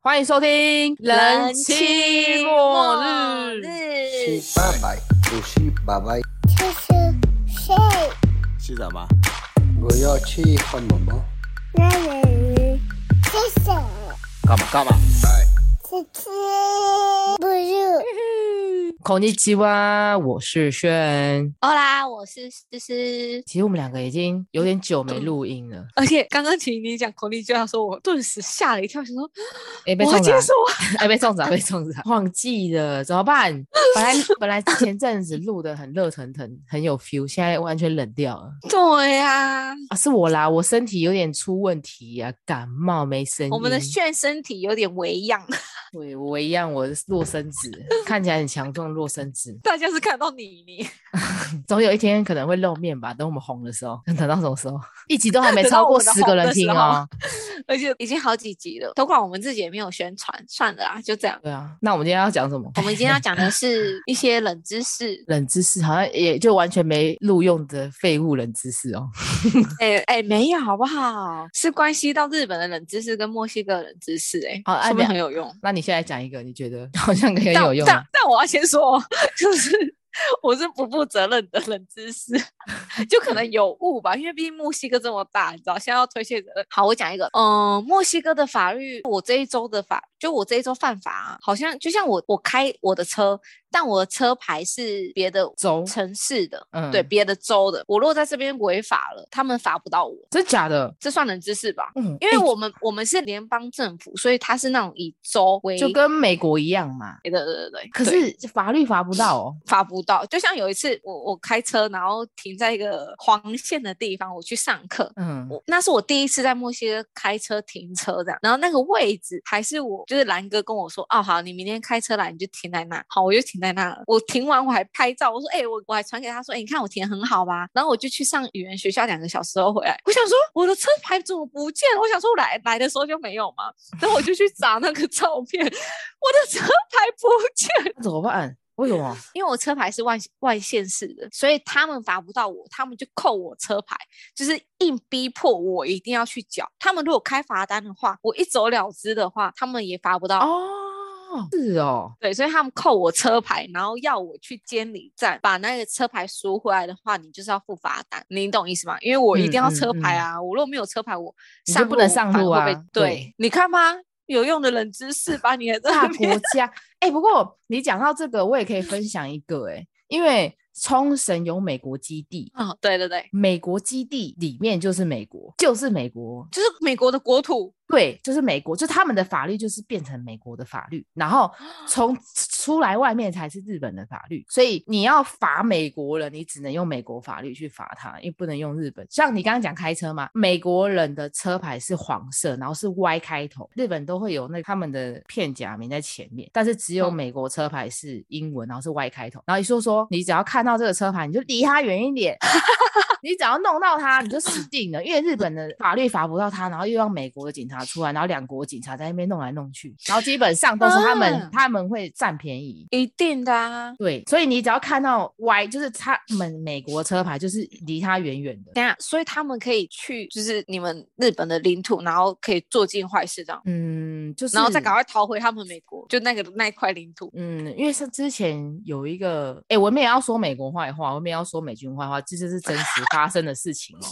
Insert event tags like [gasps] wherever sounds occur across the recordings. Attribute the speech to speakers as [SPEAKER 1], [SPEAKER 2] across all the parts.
[SPEAKER 1] 欢迎收听《人妻末日》。
[SPEAKER 2] 日
[SPEAKER 3] 七八百，五七八百，
[SPEAKER 4] 就是睡
[SPEAKER 5] 是什么？
[SPEAKER 3] 我要去汉堡包。
[SPEAKER 4] 那人是什
[SPEAKER 5] 干嘛干嘛？
[SPEAKER 4] 是吃不入
[SPEAKER 1] 孔尼基哇，我是轩。
[SPEAKER 2] 欧啦，我是思思。
[SPEAKER 1] 其实我们两个已经有点久没录音
[SPEAKER 2] [laughs]
[SPEAKER 1] 了。
[SPEAKER 2] 而且刚刚请你讲口令就要说，我顿时吓了一跳，想说
[SPEAKER 1] 哎、被
[SPEAKER 2] 我
[SPEAKER 1] 冲
[SPEAKER 2] 要接
[SPEAKER 1] 着啊，
[SPEAKER 2] 受啊，
[SPEAKER 1] [laughs] 哎、被冲着啊，被冲
[SPEAKER 2] [laughs]
[SPEAKER 1] 着啊，忘记了怎么办？本来 [laughs] 本来前阵子录的很热腾腾，很有 feel，现在完全冷掉了
[SPEAKER 2] 对 [laughs] 呀、
[SPEAKER 1] 啊！是我啦，我身体有点出问题呀、感冒没声音。
[SPEAKER 2] 我们的炫身体有点微 [laughs] 恙，
[SPEAKER 1] 对我一样，我弱身子，看起来很强壮，弱身子。
[SPEAKER 2] 大家是看到你你
[SPEAKER 1] 总有一天可能会露面吧。等我们红的时候， [laughs] 等到什么
[SPEAKER 2] [laughs]
[SPEAKER 1] 时候？一集都还没
[SPEAKER 2] 等
[SPEAKER 1] 超
[SPEAKER 2] 到我
[SPEAKER 1] 过
[SPEAKER 2] 们
[SPEAKER 1] 十个人
[SPEAKER 2] 红的时
[SPEAKER 1] 听
[SPEAKER 2] 候
[SPEAKER 1] 哦。
[SPEAKER 2] 而且已经好几集了，都怪我们自己也没有宣传，算了啦，就这样。
[SPEAKER 1] 对啊，那我们今天要讲什么？，
[SPEAKER 2] 我们今天要讲的是一些冷知识
[SPEAKER 1] 冷知识好像也就完全没录用的废物冷知识哦。
[SPEAKER 2] [laughs]
[SPEAKER 1] [laughs]
[SPEAKER 2] 哎哎、没有好不好？是关系到日本的冷知识跟墨西哥的冷知识、哎，
[SPEAKER 1] 好哎
[SPEAKER 2] 是不是
[SPEAKER 1] 不
[SPEAKER 2] 很有用？
[SPEAKER 1] 那你现在讲一个，你觉
[SPEAKER 2] [laughs]
[SPEAKER 1] 得好像很
[SPEAKER 2] 但
[SPEAKER 1] 有用
[SPEAKER 2] 但
[SPEAKER 1] 啊？
[SPEAKER 2] 但我要先说哦， [laughs] 就是我是不负责任的冷知识，就可能有误吧，因为毕竟墨西哥这么大，你知道，现在要推卸责任。好，我讲一个，嗯、墨西哥的法律，我这一周的法，就我这一周犯法、啊，好像就像我我开我的车，但我的车牌是别的
[SPEAKER 1] 州
[SPEAKER 2] 城市的。
[SPEAKER 1] 嗯，
[SPEAKER 2] 对，，别的州的，我若在这边违法了，他们罚不到我，
[SPEAKER 1] 真假的？
[SPEAKER 2] 这算冷知识吧？
[SPEAKER 1] 嗯，
[SPEAKER 2] 因为
[SPEAKER 1] 欸
[SPEAKER 2] 我们、我们是联邦政府，所以它是那种以州为
[SPEAKER 1] 就跟美国一样嘛。
[SPEAKER 2] 对对对对，
[SPEAKER 1] 可
[SPEAKER 2] 对
[SPEAKER 1] 是法律罚不到哦。
[SPEAKER 2] 罚不到。就像有一次我我开车，然后停在一个黄线的地方，我去上课。
[SPEAKER 1] 嗯，
[SPEAKER 2] 我那是我第一次在墨西哥开车停车这样，然后那个位置还是我就是兰哥跟我说，哦好，你明天开车来你就停在那，好我就停在那了。我停完我还拍照，我说哎、我我还传给他说，哎、你看我停得很好吧？然后我就去上语言学校两个小时后回来，我想说我的车牌怎么不见了？我想说我来来的时候就没有嘛，然后我就去找那个照片，我的车牌不见
[SPEAKER 1] 那怎么办？为什么？
[SPEAKER 2] 因为我车牌是外外县市的，所以他们罚不到我，他们就扣我车牌，就是硬逼迫我一定要去缴。他们如果开罚单的话，我一走了之的话，他们也罚不到。 [laughs]
[SPEAKER 1] 哦，是哦，
[SPEAKER 2] 对，所以他们扣我车牌，然后要我去监理站把那个车牌赎回来的话，你就是要付罚单，你懂意思吗？因为我一定要
[SPEAKER 1] 嗯嗯
[SPEAKER 2] 车牌啊，我如果没有车牌，我
[SPEAKER 1] 你就
[SPEAKER 2] 上
[SPEAKER 1] 不能
[SPEAKER 2] 路
[SPEAKER 1] 上
[SPEAKER 2] 反而
[SPEAKER 1] 路
[SPEAKER 2] 会被
[SPEAKER 1] 啊
[SPEAKER 2] 对，
[SPEAKER 1] 对
[SPEAKER 2] 你看吧，有用的冷知识吧，你还在
[SPEAKER 1] 大
[SPEAKER 2] 那
[SPEAKER 1] 国
[SPEAKER 2] 边
[SPEAKER 1] 家。 [laughs] 哎、不过你讲到这个，我也可以分享一个哎、因为冲绳有美国基地，
[SPEAKER 2] [laughs] 哦，对对对，
[SPEAKER 1] 美国基地里面就是美国，就是美国，
[SPEAKER 2] 就是美国的国土。
[SPEAKER 1] 对，就是美国，就他们的法律就是变成美国的法律，然后从出来外面才是日本的法律，所以你要罚美国人，你只能用美国法律去罚他，因为不能用日本。像你刚刚讲开车嘛，美国人的车牌是黄色，然后是 Y 开头，日本都会有那他们的片假名在前面，但是只有
[SPEAKER 2] 嗯
[SPEAKER 1] 美国车牌是英文，然后是 Y 开头，然后你说说你只要看到这个车牌，你就离他远一点，你只要弄到他，你就 [clears throat] 死定了，因为日本的法律罚不到他，然后又让美国的警察出来，然后两国警察在那边弄来弄去，然后基本上都是他们、
[SPEAKER 2] 啊
[SPEAKER 1] 他们会占便宜。
[SPEAKER 2] 一定的啊，
[SPEAKER 1] 对，所以你只要看到 Y，就是他们美国车牌，就是离他远远的。
[SPEAKER 2] 等一下，所以他们可以去，就是你们日本的领土，然后可以做尽坏事这样，
[SPEAKER 1] 嗯，就是
[SPEAKER 2] 然后再赶快逃回他们美国，就那个那一块领土。
[SPEAKER 1] 嗯，因为是之前有一个，哎、我们也要说美国坏话，我们也要说美军坏话，这就是真实发生的事情
[SPEAKER 2] [laughs]
[SPEAKER 1] 哦。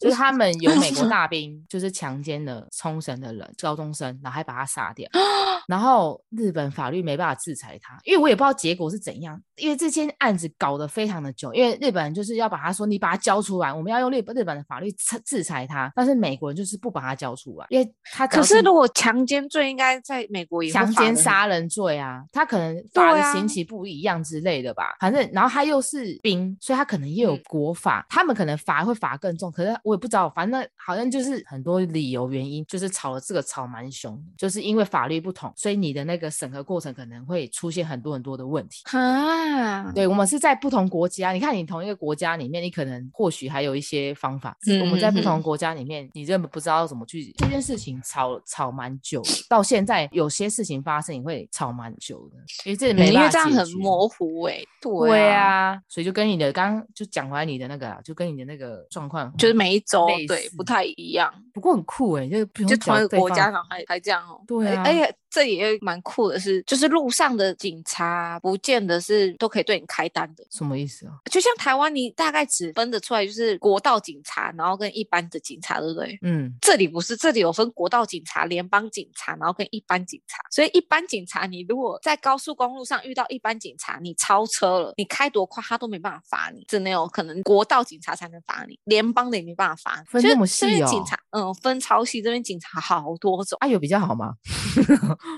[SPEAKER 1] 就是他们有美国大兵，就是强奸了冲绳的人，高中生，然后还把他杀掉， [gasps] 然后日本法律没办法制裁他，因为我也不知道结果是怎样，因为这件案子搞得非常的久，因为日本人就是要把他说你把他交出来，我们要用日本日本的法律制制裁他，但是美国人就是不把他交出来，因为他只
[SPEAKER 2] 可
[SPEAKER 1] 要
[SPEAKER 2] 是如果强奸罪应该在美国也会
[SPEAKER 1] 强
[SPEAKER 2] 罚
[SPEAKER 1] 奸
[SPEAKER 2] 得
[SPEAKER 1] 杀
[SPEAKER 2] 很
[SPEAKER 1] 人罪啊，他可能法
[SPEAKER 2] 对
[SPEAKER 1] 的
[SPEAKER 2] 啊
[SPEAKER 1] 刑期不一样之类的吧。反正，然后他又是兵，所以他可能也有
[SPEAKER 2] 嗯
[SPEAKER 1] 国法，他们可能罚会罚更重。可是我也不知道，反正好像就是很多理由原因，就是吵了这个吵蛮凶的，就是因为法律不同，所以你的那个审核过程可能会出现很多很多的问题。
[SPEAKER 2] 啊，
[SPEAKER 1] 对，我们是在不同国家。你看，你同一个国家里面，你可能或许还有一些方法。我们在不
[SPEAKER 2] 嗯嗯
[SPEAKER 1] 同
[SPEAKER 2] 嗯
[SPEAKER 1] 国家里面，你根本不知道怎么去这件事情吵吵蛮久的，到现在有些事情发生，你会吵蛮久的，因为这也
[SPEAKER 2] 嗯
[SPEAKER 1] 没
[SPEAKER 2] 因为
[SPEAKER 1] 办
[SPEAKER 2] 这
[SPEAKER 1] 法
[SPEAKER 2] 样
[SPEAKER 1] 解
[SPEAKER 2] 很
[SPEAKER 1] 决
[SPEAKER 2] 模糊哎、对
[SPEAKER 1] 对
[SPEAKER 2] 啊，
[SPEAKER 1] 啊，所以就跟你的刚刚就讲回来你的那个啊，就跟你的那个状况，
[SPEAKER 2] 就是每一州
[SPEAKER 1] 类
[SPEAKER 2] 对不
[SPEAKER 1] 似
[SPEAKER 2] 太一样，
[SPEAKER 1] 不过很酷哎、就不用
[SPEAKER 2] 就
[SPEAKER 1] 缴
[SPEAKER 2] 同一个
[SPEAKER 1] 对
[SPEAKER 2] 国
[SPEAKER 1] 方
[SPEAKER 2] 家然后还还这样哦、
[SPEAKER 1] 对
[SPEAKER 2] 哎
[SPEAKER 1] 啊
[SPEAKER 2] 而且这也蛮酷的是，就是路上的警察不见得是都可以对你开单的，
[SPEAKER 1] 什么意思啊？
[SPEAKER 2] 就像台湾你大概只分得出来就是国道警察，然后跟一般的警察，对不对？
[SPEAKER 1] 嗯，
[SPEAKER 2] 这里不是，这里有分国道警察、联邦警察，然后跟一般警察。所以一般警察，你如果在高速公路上遇到一般警察，你超车了，你开多快他都没办法罚你，只能有可能国道警察才能罚你，联邦的也没办法罚你。
[SPEAKER 1] 分
[SPEAKER 2] 就是
[SPEAKER 1] 那么细
[SPEAKER 2] 这边
[SPEAKER 1] 哦
[SPEAKER 2] 警察，嗯，分超细，这边警察好多种。 [laughs]
[SPEAKER 1] 啊，有比较好吗？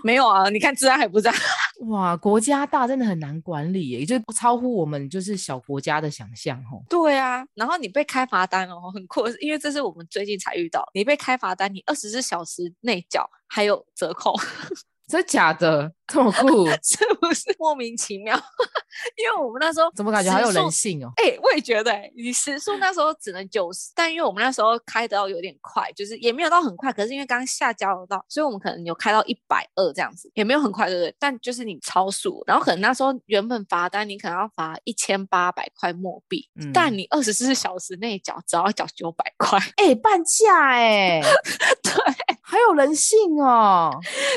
[SPEAKER 2] 没有啊，你看治安还不在。
[SPEAKER 1] 哇，国家大真的很难管理欸耶，也就超乎我们就是小国家的想象哦。
[SPEAKER 2] 对啊，然后你被开罚单哦，很酷的是，因为这是我们最近才遇到，你被开罚单，你二十四小时内缴，还有折扣， [laughs]
[SPEAKER 1] 真假的这么 [laughs] 酷？
[SPEAKER 2] 是不是莫名其妙？ [laughs] 因为我们那时候
[SPEAKER 1] 怎么感觉还
[SPEAKER 2] 时
[SPEAKER 1] 有人
[SPEAKER 2] 速
[SPEAKER 1] 性哦？
[SPEAKER 2] 哎、我也觉得、欸，你时速那时候只能九十，但因为我们那时候开的要有点快，就是也没有到很快，可是因为刚刚下交流道，所以我们可能有开到一百二这样子，也没有很快，对不对？但就是你超速，然后可能那时候原本罚单你可能要罚一千八百块墨币，
[SPEAKER 1] 嗯
[SPEAKER 2] 但你二十四小时内缴只要缴九百块， [laughs]
[SPEAKER 1] 哎、半价 [laughs] 哎、
[SPEAKER 2] 对，
[SPEAKER 1] 还有人性哦。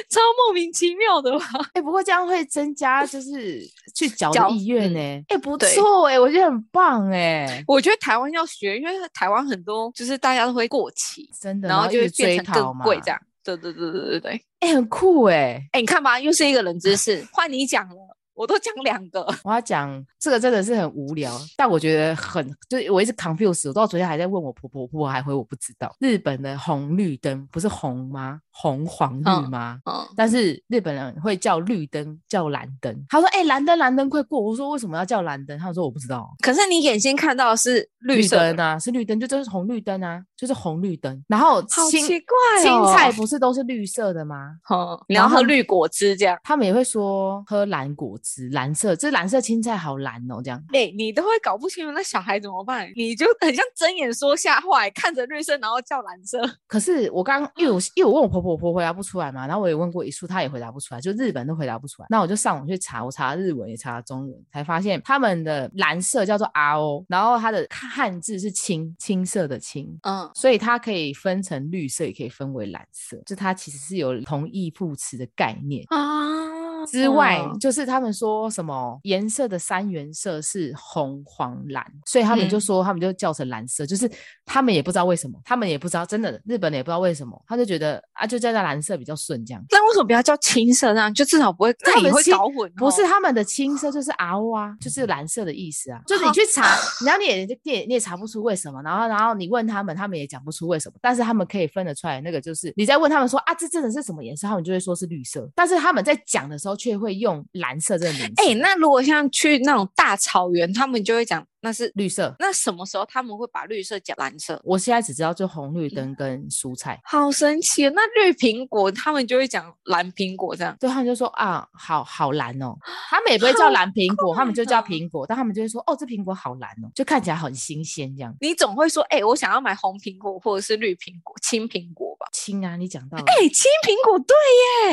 [SPEAKER 2] 超莫名其妙的吧？
[SPEAKER 1] 哎、不过这样会增加就是去缴的
[SPEAKER 2] 缴
[SPEAKER 1] 意愿
[SPEAKER 2] 嗯
[SPEAKER 1] 呢、哎、不
[SPEAKER 2] 对
[SPEAKER 1] 错哎、我觉得很棒哎、
[SPEAKER 2] 我觉得台湾要学，因为台湾很多就是大家都会过期，
[SPEAKER 1] 真的，
[SPEAKER 2] 然后
[SPEAKER 1] 后
[SPEAKER 2] 就
[SPEAKER 1] 一
[SPEAKER 2] 会
[SPEAKER 1] 直追
[SPEAKER 2] 变成
[SPEAKER 1] 讨
[SPEAKER 2] 更
[SPEAKER 1] 嘛。
[SPEAKER 2] 贵这样。对对对对对对。
[SPEAKER 1] 哎、很酷哎、
[SPEAKER 2] 哎、你看吧，又是一个冷知识，换你讲了，我都讲两个。
[SPEAKER 1] 我要讲这个真的是很无 [laughs] 聊，但我觉得很就是我一直 confuse，我到昨天还在问我婆婆，我婆婆还回我不知道。日本的红绿灯不是红吗？红黄绿
[SPEAKER 2] 嗯
[SPEAKER 1] 吗？
[SPEAKER 2] 嗯，
[SPEAKER 1] 但是日本人会叫绿灯叫蓝灯，他说：“哎、蓝灯蓝灯快过！”我说：“为什么要叫蓝灯？”他说：“我不知道。”
[SPEAKER 2] 可是你眼先看到的是绿色的
[SPEAKER 1] 灯啊，是绿灯，就就是红绿灯啊，就是红绿灯。然后
[SPEAKER 2] 好
[SPEAKER 1] 青
[SPEAKER 2] 奇怪哦。
[SPEAKER 1] 青菜不是都是绿色的吗？
[SPEAKER 2] 嗯，你要喝绿果汁这样。
[SPEAKER 1] 他们也会说喝蓝果汁，蓝色，这蓝色青菜好蓝哦，这样。
[SPEAKER 2] 哎、你都会搞不清楚，那小孩怎么办？你就很像睁眼说瞎话，欸看着绿色，然后叫蓝色。
[SPEAKER 1] 可是我刚因为我因为我问我婆婆，我婆婆回答不出来嘛，然后我也问过一树，她也回答不出来，就日本都回答不出来。那我就上网去查，我查日文也查中文，才发现他们的蓝色叫做 R O，然后它的汉字是青，青色的青。
[SPEAKER 2] 嗯，
[SPEAKER 1] 所以它可以分成绿色，也可以分为蓝色，就它其实是有同义副词的概念。
[SPEAKER 2] 啊
[SPEAKER 1] 之外，
[SPEAKER 2] 嗯
[SPEAKER 1] 就是他们说什么颜色的三原色是红、黄、蓝，所以他们就
[SPEAKER 2] 嗯
[SPEAKER 1] 说、他们就叫成蓝色，就是他们也不知道为什么，他们也不知道，真的日本人也不知道为什么，他就觉得啊，就叫它蓝色比较顺这样。
[SPEAKER 2] 那为什么不要叫青色这样？就至少不会，
[SPEAKER 1] 那
[SPEAKER 2] 那
[SPEAKER 1] 你
[SPEAKER 2] 也会
[SPEAKER 1] 青
[SPEAKER 2] 搞混、哦
[SPEAKER 1] 不是，他们的青色，就是 R O 啊，就是蓝色的意思啊。就是你
[SPEAKER 2] 哦
[SPEAKER 1] 去查，然后你也你也你也查不出为什么，然后然后你问他们，他们也讲不出为什么，但是他们可以分得出来，那个就是你在问他们说啊，这真的是什么颜色，他们就会说是绿色，但是他们在讲的时候却会用蓝色这个名字，
[SPEAKER 2] 哎、那如果像去那种大草原，他们就会讲那是
[SPEAKER 1] 绿色。
[SPEAKER 2] 那什么时候他们会把绿色讲蓝色？
[SPEAKER 1] 我现在只知道就红
[SPEAKER 2] 嗯
[SPEAKER 1] 绿灯跟蔬菜，
[SPEAKER 2] 好神奇哦！那绿苹果他们就会讲蓝苹果这样，
[SPEAKER 1] 对他们就说啊，好好蓝哦，他们也不会叫蓝苹果，他们就叫
[SPEAKER 2] 怪
[SPEAKER 1] 苹果，但他们就会说哦，这苹果好蓝哦，就看起来很新鲜这样。
[SPEAKER 2] 你总会说，哎、我想要买红苹果或者是绿苹果、青苹果吧？
[SPEAKER 1] 青啊，你讲到了，
[SPEAKER 2] 哎、青苹果对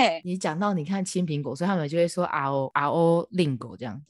[SPEAKER 2] 耶，
[SPEAKER 1] 你讲到你看青苹果，所以他们就会说 R O R O 令狗这样。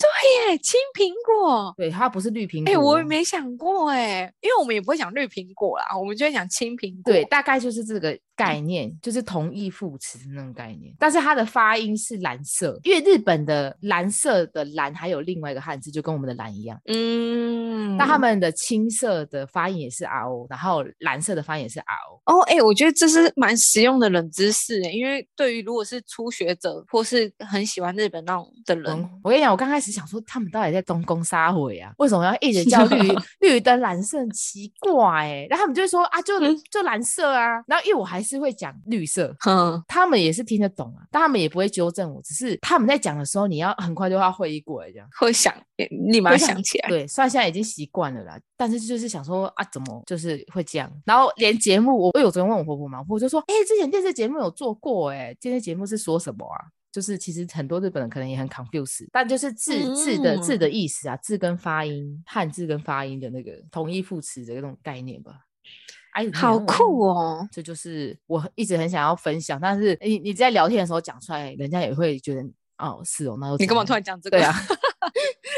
[SPEAKER 2] 耶，青苹果。
[SPEAKER 1] 对，它不是绿苹果。哦
[SPEAKER 2] 哎、我也。没想过哎，因为我们也不会讲绿苹果啦，我们就会讲青苹果。
[SPEAKER 1] 对，大概就是这
[SPEAKER 2] 嗯
[SPEAKER 1] 个概念，就是同义副词那种概念，但是它的发音是蓝色，因为日本的蓝色的蓝还有另外一个汉字，就跟我们的蓝一样。
[SPEAKER 2] 嗯，
[SPEAKER 1] 那他们的青色的发音也是 R O，然后蓝色的发音也是 R O。
[SPEAKER 2] 哦，哎、我觉得这是蛮实用的冷知识耶，因为对于如果是初学者或是很喜欢日本那种的人，
[SPEAKER 1] 我跟你讲，我刚开始想说他们到底在东宫杀回啊？为什么要一
[SPEAKER 2] [laughs]
[SPEAKER 1] 直叫绿绿灯蓝色？很奇怪哎、然后他们就会说啊，就
[SPEAKER 2] 嗯
[SPEAKER 1] 就蓝色啊。然后因为我还是会讲绿色，
[SPEAKER 2] 哼，
[SPEAKER 1] 他们也是听得懂啊，但他们也不会纠正我，只是他们在讲的时候，你要很快就要会意过来这样。
[SPEAKER 2] 会想立马
[SPEAKER 1] 会想
[SPEAKER 2] 想起来。
[SPEAKER 1] 对，虽然现在已经习惯了啦，但是就是想说啊，怎么就是会这样？然后连节目，我我有昨天问我婆婆嘛，我婆婆就说，哎、之前电视节目有做过、欸，哎，电视节目是说什么啊？就是其实很多日本人可能也很 confused，但就是字字的字
[SPEAKER 2] 嗯
[SPEAKER 1] 的意思啊，字跟发音，汉字跟发音的那个同义副词的那种概念吧。哎，
[SPEAKER 2] 好酷
[SPEAKER 1] 哦！
[SPEAKER 2] 哦！
[SPEAKER 1] 这就是我一直很想要分享，但是你你在聊天的时候讲出来，人家也会觉得哦是哦，那又
[SPEAKER 2] 你
[SPEAKER 1] 怎
[SPEAKER 2] 干嘛
[SPEAKER 1] 样
[SPEAKER 2] 突然讲这个？
[SPEAKER 1] 对啊
[SPEAKER 2] [laughs]
[SPEAKER 1] 啊，，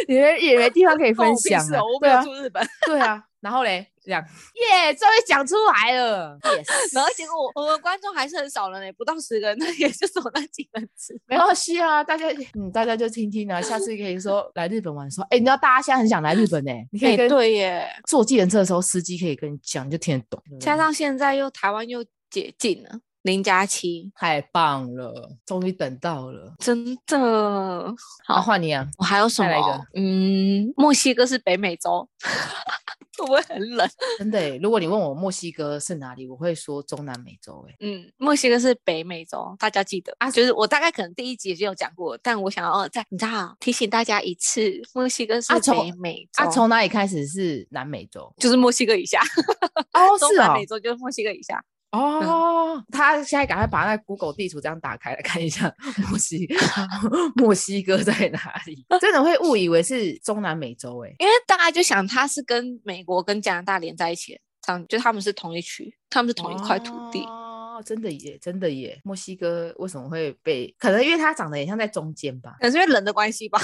[SPEAKER 1] 也没也没地方可以
[SPEAKER 2] 关
[SPEAKER 1] 分
[SPEAKER 2] 我屁
[SPEAKER 1] 享
[SPEAKER 2] 事
[SPEAKER 1] 啊
[SPEAKER 2] 哦我没
[SPEAKER 1] 对
[SPEAKER 2] 有
[SPEAKER 1] 啊
[SPEAKER 2] 住日本。 [laughs]
[SPEAKER 1] 对啊，然后嘞，这样耶，终于讲出来了。Yes，
[SPEAKER 2] 然后结果我我们观众还是很少人呢，不到十个人，那也就走那几个人吃。
[SPEAKER 1] [laughs] 没关系啊，大家嗯，大家就听听啊，下次可以说来日本玩说，哎、你知道大家现在很想来日本呢、你可以
[SPEAKER 2] 哎
[SPEAKER 1] 跟
[SPEAKER 2] 对耶，
[SPEAKER 1] 坐计程车的时候，司机可以跟你讲，你就听得懂。对不对
[SPEAKER 2] 加上现在又台湾又解禁了，零加七，
[SPEAKER 1] [laughs] 太棒了，终于等到了。
[SPEAKER 2] 真的。
[SPEAKER 1] 好，
[SPEAKER 2] 好
[SPEAKER 1] 换你啊。
[SPEAKER 2] 我还有什
[SPEAKER 1] 再来一个
[SPEAKER 2] 么？嗯，墨西哥是北美洲， [laughs] 会不会很冷？
[SPEAKER 1] 真的欸，如果你问我墨西哥是哪里，我会说中南美洲。哎，
[SPEAKER 2] 嗯，墨西哥是北美洲，大家记得啊。就是我大概可能第一集已经有讲过，但我想要呃再你知道提醒大家一次，墨西哥是
[SPEAKER 1] 啊从
[SPEAKER 2] 北美洲，
[SPEAKER 1] 啊，从哪里开始是南美洲？
[SPEAKER 2] 就是墨西哥以下，
[SPEAKER 1] 哦
[SPEAKER 2] [laughs] 中
[SPEAKER 1] 是
[SPEAKER 2] 南
[SPEAKER 1] 啊
[SPEAKER 2] 美，洲就是墨西哥以下。
[SPEAKER 1] 哦，他现在赶快把那 Google 地图这样打开来看一 [laughs] 下墨西墨西哥在哪里， [laughs] 真的会误以为是中南美洲。哎，
[SPEAKER 2] 因为大家就想它是跟美国跟加拿大连在一起的，这样就他们是同一区，他们是同一块土地。
[SPEAKER 1] 哦，真的耶，真的耶，墨西哥为什么会被？可能因为它长得也像在中间吧，
[SPEAKER 2] 可能是因为人的关系吧，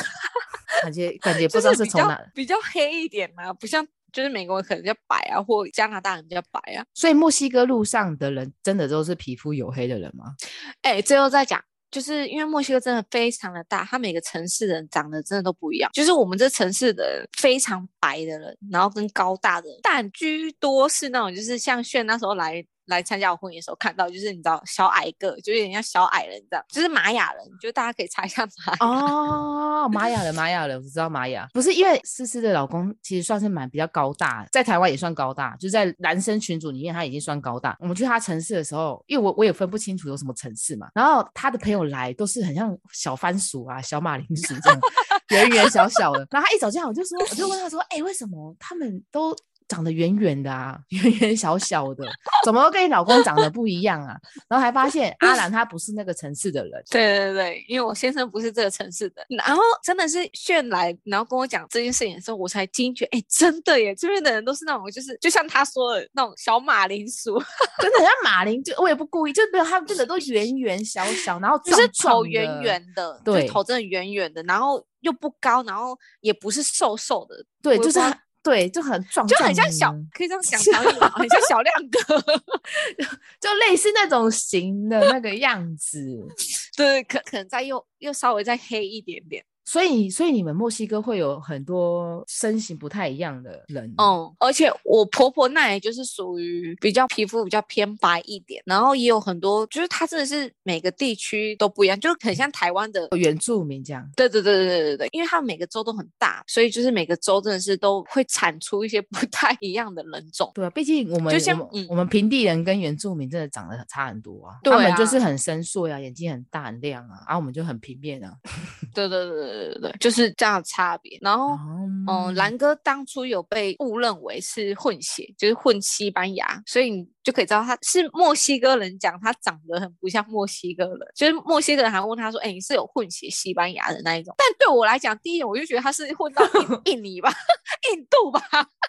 [SPEAKER 1] 感觉感觉不
[SPEAKER 2] 就
[SPEAKER 1] 知道
[SPEAKER 2] 是
[SPEAKER 1] 是
[SPEAKER 2] 比
[SPEAKER 1] 从
[SPEAKER 2] 较
[SPEAKER 1] 哪。
[SPEAKER 2] 比较黑一点啊，不像就是美国可能比较白啊，或加拿大人比较白啊。
[SPEAKER 1] 所以墨西哥路上的人真的都是皮肤黝黑的人吗？
[SPEAKER 2] 哎、最后再讲，就是因为墨西哥真的非常的大，它每个城市的人长得真的都不一样。就是我们这城市的人非常白的人，然后跟高大的人，但居多是那种就是像炫那时候来。来参加我婚礼的时候看到，就是你知道小矮个，就有点像小矮人这样，就是玛雅人，就大家可以查一下玛雅。 [laughs]
[SPEAKER 1] 哦，玛雅人，玛雅人，我知道玛雅，不是因为思思的老公其实算是蛮比较高大，在台湾也算高大，就在男生群组里面他已经算高大。我们去他城市的时候，因为我我也分不清楚有什么城市嘛，然后他的朋友来都是很像小番薯啊、小马铃薯这样圆圆小小的，然后他一走进来我就说，我就问他说，哎、为什么他们都？长得圆圆的啊，圆圆小小的，怎么跟你老公长得不一样啊？然后还发现阿兰他不是那个城市的人，
[SPEAKER 2] 对对对，因为我先生不是这个城市的，然后真的是炫来，然后跟我讲这件事情的时候，我才惊觉，哎，真的耶，这边的人都是那种，就是就像他说的那种小马铃薯，
[SPEAKER 1] 真的很像马铃，就我也不故意，就没有他们真的都圆圆小小，然后
[SPEAKER 2] 就是
[SPEAKER 1] 壮
[SPEAKER 2] 头
[SPEAKER 1] 壮
[SPEAKER 2] 圆
[SPEAKER 1] 的，
[SPEAKER 2] 圆的，
[SPEAKER 1] 对
[SPEAKER 2] 就头真的圆圆的，然后又不高，然后也不是瘦瘦的，
[SPEAKER 1] 对，
[SPEAKER 2] 我
[SPEAKER 1] 就是
[SPEAKER 2] 不知道
[SPEAKER 1] 很对，就很壮，
[SPEAKER 2] 就很像小，可以哦这样 [laughs] 想象吗，很像小亮哥。 [laughs]
[SPEAKER 1] 就类似那种型的那个样子。
[SPEAKER 2] 对，可可能再又又稍微再黑一点点。
[SPEAKER 1] 所以，所以你们墨西哥会有很多身形不太一样的人，
[SPEAKER 2] 嗯，而且我婆婆那也就是属于比较皮肤比较偏白一点，然后也有很多，就是她真的是每个地区都不一样，就很像台湾的。
[SPEAKER 1] 哦原住民这样。
[SPEAKER 2] 对对对对对对对，因为他们每个州都很大，所以就是每个州真的是都会产出一些不太一样的人种。
[SPEAKER 1] 对啊，毕竟我们
[SPEAKER 2] 就像
[SPEAKER 1] 我们,、
[SPEAKER 2] 嗯
[SPEAKER 1] 我们平地人跟原住民真的长得差很多啊，
[SPEAKER 2] 对
[SPEAKER 1] 他们就
[SPEAKER 2] 啊
[SPEAKER 1] 是很深邃啊，眼睛很大很亮啊，啊，我们就很平面啊。
[SPEAKER 2] 对对对对对对，就是这样的差别。然后，
[SPEAKER 1] 哦
[SPEAKER 2] 嗯，蓝哥当初有被误认为是混血，就是混西班牙，所以你就可以知道他是墨西哥人讲他长得很不像墨西哥人，就是墨西哥人还问他说：“哎、你是有混血西班牙的那一种？”但对我来讲，第一眼我就觉得他是混到
[SPEAKER 1] [laughs]
[SPEAKER 2] 印印尼吧，印度吧，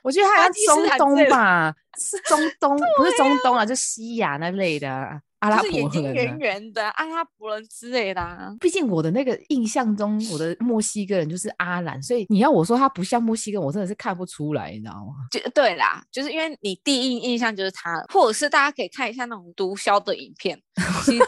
[SPEAKER 1] 我觉得还
[SPEAKER 2] 巴
[SPEAKER 1] 像
[SPEAKER 2] 基斯
[SPEAKER 1] 中
[SPEAKER 2] 坦之类
[SPEAKER 1] 东
[SPEAKER 2] 的 [laughs]
[SPEAKER 1] 吧，是中东，不是中东啊，就西亚那类的啊阿拉
[SPEAKER 2] 就是
[SPEAKER 1] 伯
[SPEAKER 2] 眼睛
[SPEAKER 1] 人、
[SPEAKER 2] 圆
[SPEAKER 1] 啊。
[SPEAKER 2] 圆的阿拉伯人之类的、啊。
[SPEAKER 1] 毕竟我的那个印象中，我的墨西哥人就是阿兰，所以你要我说他不像墨西哥人，我真的是看不出来，你知道吗？
[SPEAKER 2] 就对啦，就是因为你第一印象就是他了，或者是大家可以看一下那种毒枭的影片，
[SPEAKER 1] [laughs]
[SPEAKER 2] 其实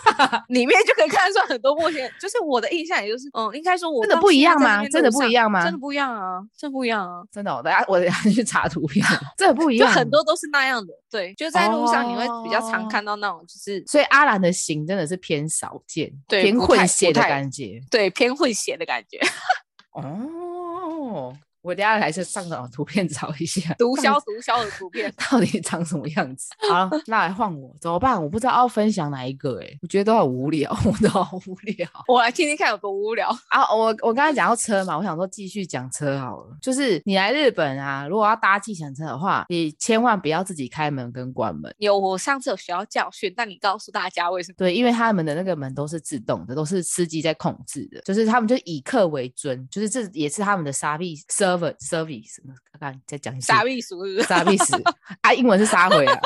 [SPEAKER 2] 里面就可以看得出很多墨西哥人。就是我的印象，也就是嗯，应该说我
[SPEAKER 1] 真的
[SPEAKER 2] 到
[SPEAKER 1] 不
[SPEAKER 2] 现
[SPEAKER 1] 一
[SPEAKER 2] 在
[SPEAKER 1] 样
[SPEAKER 2] 在这
[SPEAKER 1] 吗
[SPEAKER 2] 边
[SPEAKER 1] 真的
[SPEAKER 2] 路
[SPEAKER 1] 不一
[SPEAKER 2] 上
[SPEAKER 1] 样吗
[SPEAKER 2] 真的不一样啊，真的不一样啊，
[SPEAKER 1] 真的、哦，等下我等下去查图
[SPEAKER 2] [laughs]
[SPEAKER 1] 片，这很不一
[SPEAKER 2] 就
[SPEAKER 1] 样。
[SPEAKER 2] 很，多都是那样的。对，就在路上你会比较
[SPEAKER 1] 哦
[SPEAKER 2] 常看到那种，就是
[SPEAKER 1] 所以阿兰的型真的是偏少见，
[SPEAKER 2] 对
[SPEAKER 1] 偏
[SPEAKER 2] 不太
[SPEAKER 1] 混
[SPEAKER 2] 不
[SPEAKER 1] 血的
[SPEAKER 2] 太
[SPEAKER 1] 感觉。
[SPEAKER 2] 对偏混血的感觉，
[SPEAKER 1] 哦，我等下还是上找图片找一下
[SPEAKER 2] 毒
[SPEAKER 1] 到底。
[SPEAKER 2] 枭毒枭的图片
[SPEAKER 1] [laughs] 到底长什么样子？好，那来换我，怎么办？我不知道要分享哪一个、欸，我觉得都很无聊， [laughs] 我都好无聊
[SPEAKER 2] 我来听听看有多无聊。
[SPEAKER 1] 啊！我我刚才讲到车嘛，我想说继续讲车好了。就是你来日本啊，如果要搭计程车的话，你千万不要自己开门跟关门。
[SPEAKER 2] 有，我上次有学到教训，但你告诉大家为什么？
[SPEAKER 1] 对，因为他们的那个门都是自动的，都是司机在控制的，就是他们就以客为尊，就是这也是他们的傻逼奢 server service，看再讲一次，
[SPEAKER 2] 傻逼鼠是不是？
[SPEAKER 1] 傻逼死啊！英文是杀回啊，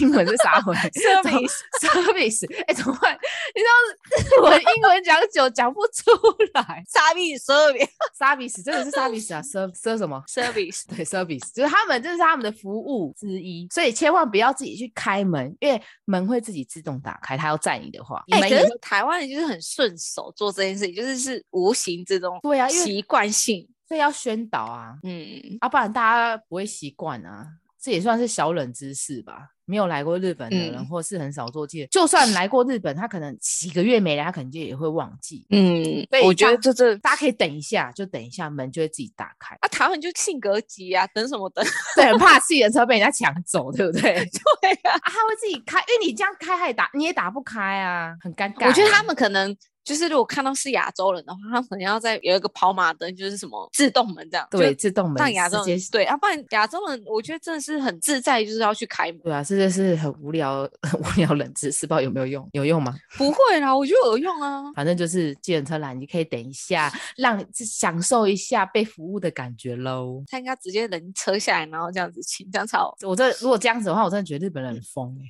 [SPEAKER 1] 英文是杀
[SPEAKER 2] [laughs]
[SPEAKER 1] 回
[SPEAKER 2] Service
[SPEAKER 1] service，哎，怎么办？你知道 [laughs] [laughs] 我英文讲久讲不出来，
[SPEAKER 2] [laughs] 傻逼 service
[SPEAKER 1] 傻逼死真的是傻逼死啊，serve [laughs] serve 什么？
[SPEAKER 2] service，
[SPEAKER 1] 对，service 就是他们，这是他们的服务之一，所以千万不要自己去开门，因为门会自己自动打开。他要载你的话，
[SPEAKER 2] 哎、
[SPEAKER 1] 门
[SPEAKER 2] 可
[SPEAKER 1] 也
[SPEAKER 2] 是
[SPEAKER 1] 会
[SPEAKER 2] 台湾人就是很顺手做这件事情，就是是无形之中
[SPEAKER 1] 对啊，因为
[SPEAKER 2] 习惯性，
[SPEAKER 1] 所以要宣导啊，
[SPEAKER 2] 嗯，
[SPEAKER 1] 啊，不然大家不会习惯啊。这也算是小冷知识吧。没有来过日本的人，
[SPEAKER 2] 嗯
[SPEAKER 1] 或是很少做记，就算来过日本，他可能几个月没来，他可能就也会忘记。
[SPEAKER 2] 嗯
[SPEAKER 1] 所以，
[SPEAKER 2] 我觉得
[SPEAKER 1] 大
[SPEAKER 2] 这这
[SPEAKER 1] 大家可以等一下，就等一下，门就会自己打开。 [laughs]
[SPEAKER 2] 啊，台湾人就性格急啊，等什么等？
[SPEAKER 1] 对，很怕自己的车被人家抢走，对不 [laughs] 对？啊，
[SPEAKER 2] 对啊，
[SPEAKER 1] 他会自己开，因为你这样开，他也打，你也打不开啊，很尴尬。
[SPEAKER 2] 我觉得他们可能就是如果看到是亚洲人的话，他们可能要在有一个跑马灯，就是什么自动门这样，
[SPEAKER 1] 对
[SPEAKER 2] 就
[SPEAKER 1] 自动门
[SPEAKER 2] 让亚
[SPEAKER 1] 直
[SPEAKER 2] 洲
[SPEAKER 1] 接
[SPEAKER 2] 人对，啊要、不然亚洲人我觉得真的是很自在，就是要去开门。
[SPEAKER 1] 对啊，这就是很无聊、 [laughs] 很无聊冷知识，不知道有没有用？有用吗？
[SPEAKER 2] 不会啦，我觉得有用啊。
[SPEAKER 1] 反正就是计程车来，你可以等一下，让你自享受一下被服务的感觉喽。
[SPEAKER 2] 他应该直接人车下来，然后这样子请，这样才好。
[SPEAKER 1] 我这如果这样子的话，我真的觉得日本人很疯哎、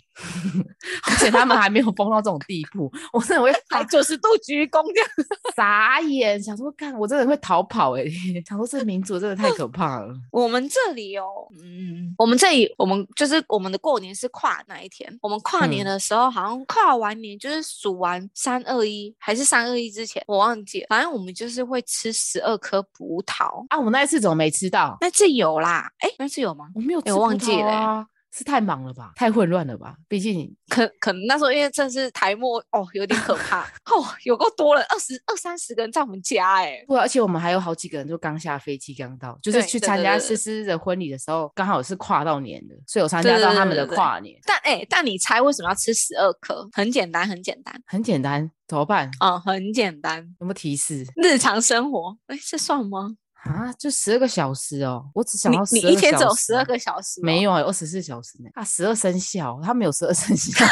[SPEAKER 1] [laughs] 而且他们还没有疯到这种地步， [laughs] 我真的会
[SPEAKER 2] 还九十度鞠躬这样，
[SPEAKER 1] 傻眼，想说看我真的会逃跑哎、 [laughs] 想说这民族真的太可怕了。
[SPEAKER 2] 我们这里哦，嗯，我们这里我们就是我们的过年是跨哪一天？我们跨年
[SPEAKER 1] 嗯
[SPEAKER 2] 的时候，好像跨完年就是数完三二一，还是三二一之前，我忘记了。反正我们就是会吃十二颗葡萄，
[SPEAKER 1] 啊，我那一次怎么没吃到？
[SPEAKER 2] 那次有啦，哎，那次有吗？
[SPEAKER 1] 我没有吃、
[SPEAKER 2] 哎我忘记了欸
[SPEAKER 1] 啊，是太忙了吧，太混乱了吧？毕竟
[SPEAKER 2] 可可能那时候因为真的是台末哦，有点可怕 [laughs] 哦，有够多人，二十二三十个人在我们家哎、
[SPEAKER 1] 对，而且我们还有好几个人就刚下飞机，刚到，就是
[SPEAKER 2] 对
[SPEAKER 1] 去
[SPEAKER 2] 对
[SPEAKER 1] 参
[SPEAKER 2] 对
[SPEAKER 1] 加
[SPEAKER 2] 对
[SPEAKER 1] 思思的婚礼的时候，刚好是跨到年的，所以我参
[SPEAKER 2] 对
[SPEAKER 1] 加
[SPEAKER 2] 对
[SPEAKER 1] 到
[SPEAKER 2] 对
[SPEAKER 1] 他们
[SPEAKER 2] 对
[SPEAKER 1] 的
[SPEAKER 2] 对
[SPEAKER 1] 跨年，
[SPEAKER 2] 但哎、但你猜为什么要吃十二颗？很简单，很简单
[SPEAKER 1] 很简单，怎么办？
[SPEAKER 2] 啊、很简单。
[SPEAKER 1] 有没有提示
[SPEAKER 2] 日常生活，哎，这算吗？
[SPEAKER 1] 啊？就十二个小时哦，我只想
[SPEAKER 2] 你
[SPEAKER 1] 到
[SPEAKER 2] 你
[SPEAKER 1] 12
[SPEAKER 2] 一天
[SPEAKER 1] 小
[SPEAKER 2] 只有
[SPEAKER 1] 时
[SPEAKER 2] 十二个小时、
[SPEAKER 1] 没，有啊，有二十四小时呢。啊，十二生肖，他们有十二生 [laughs] 肖。啊，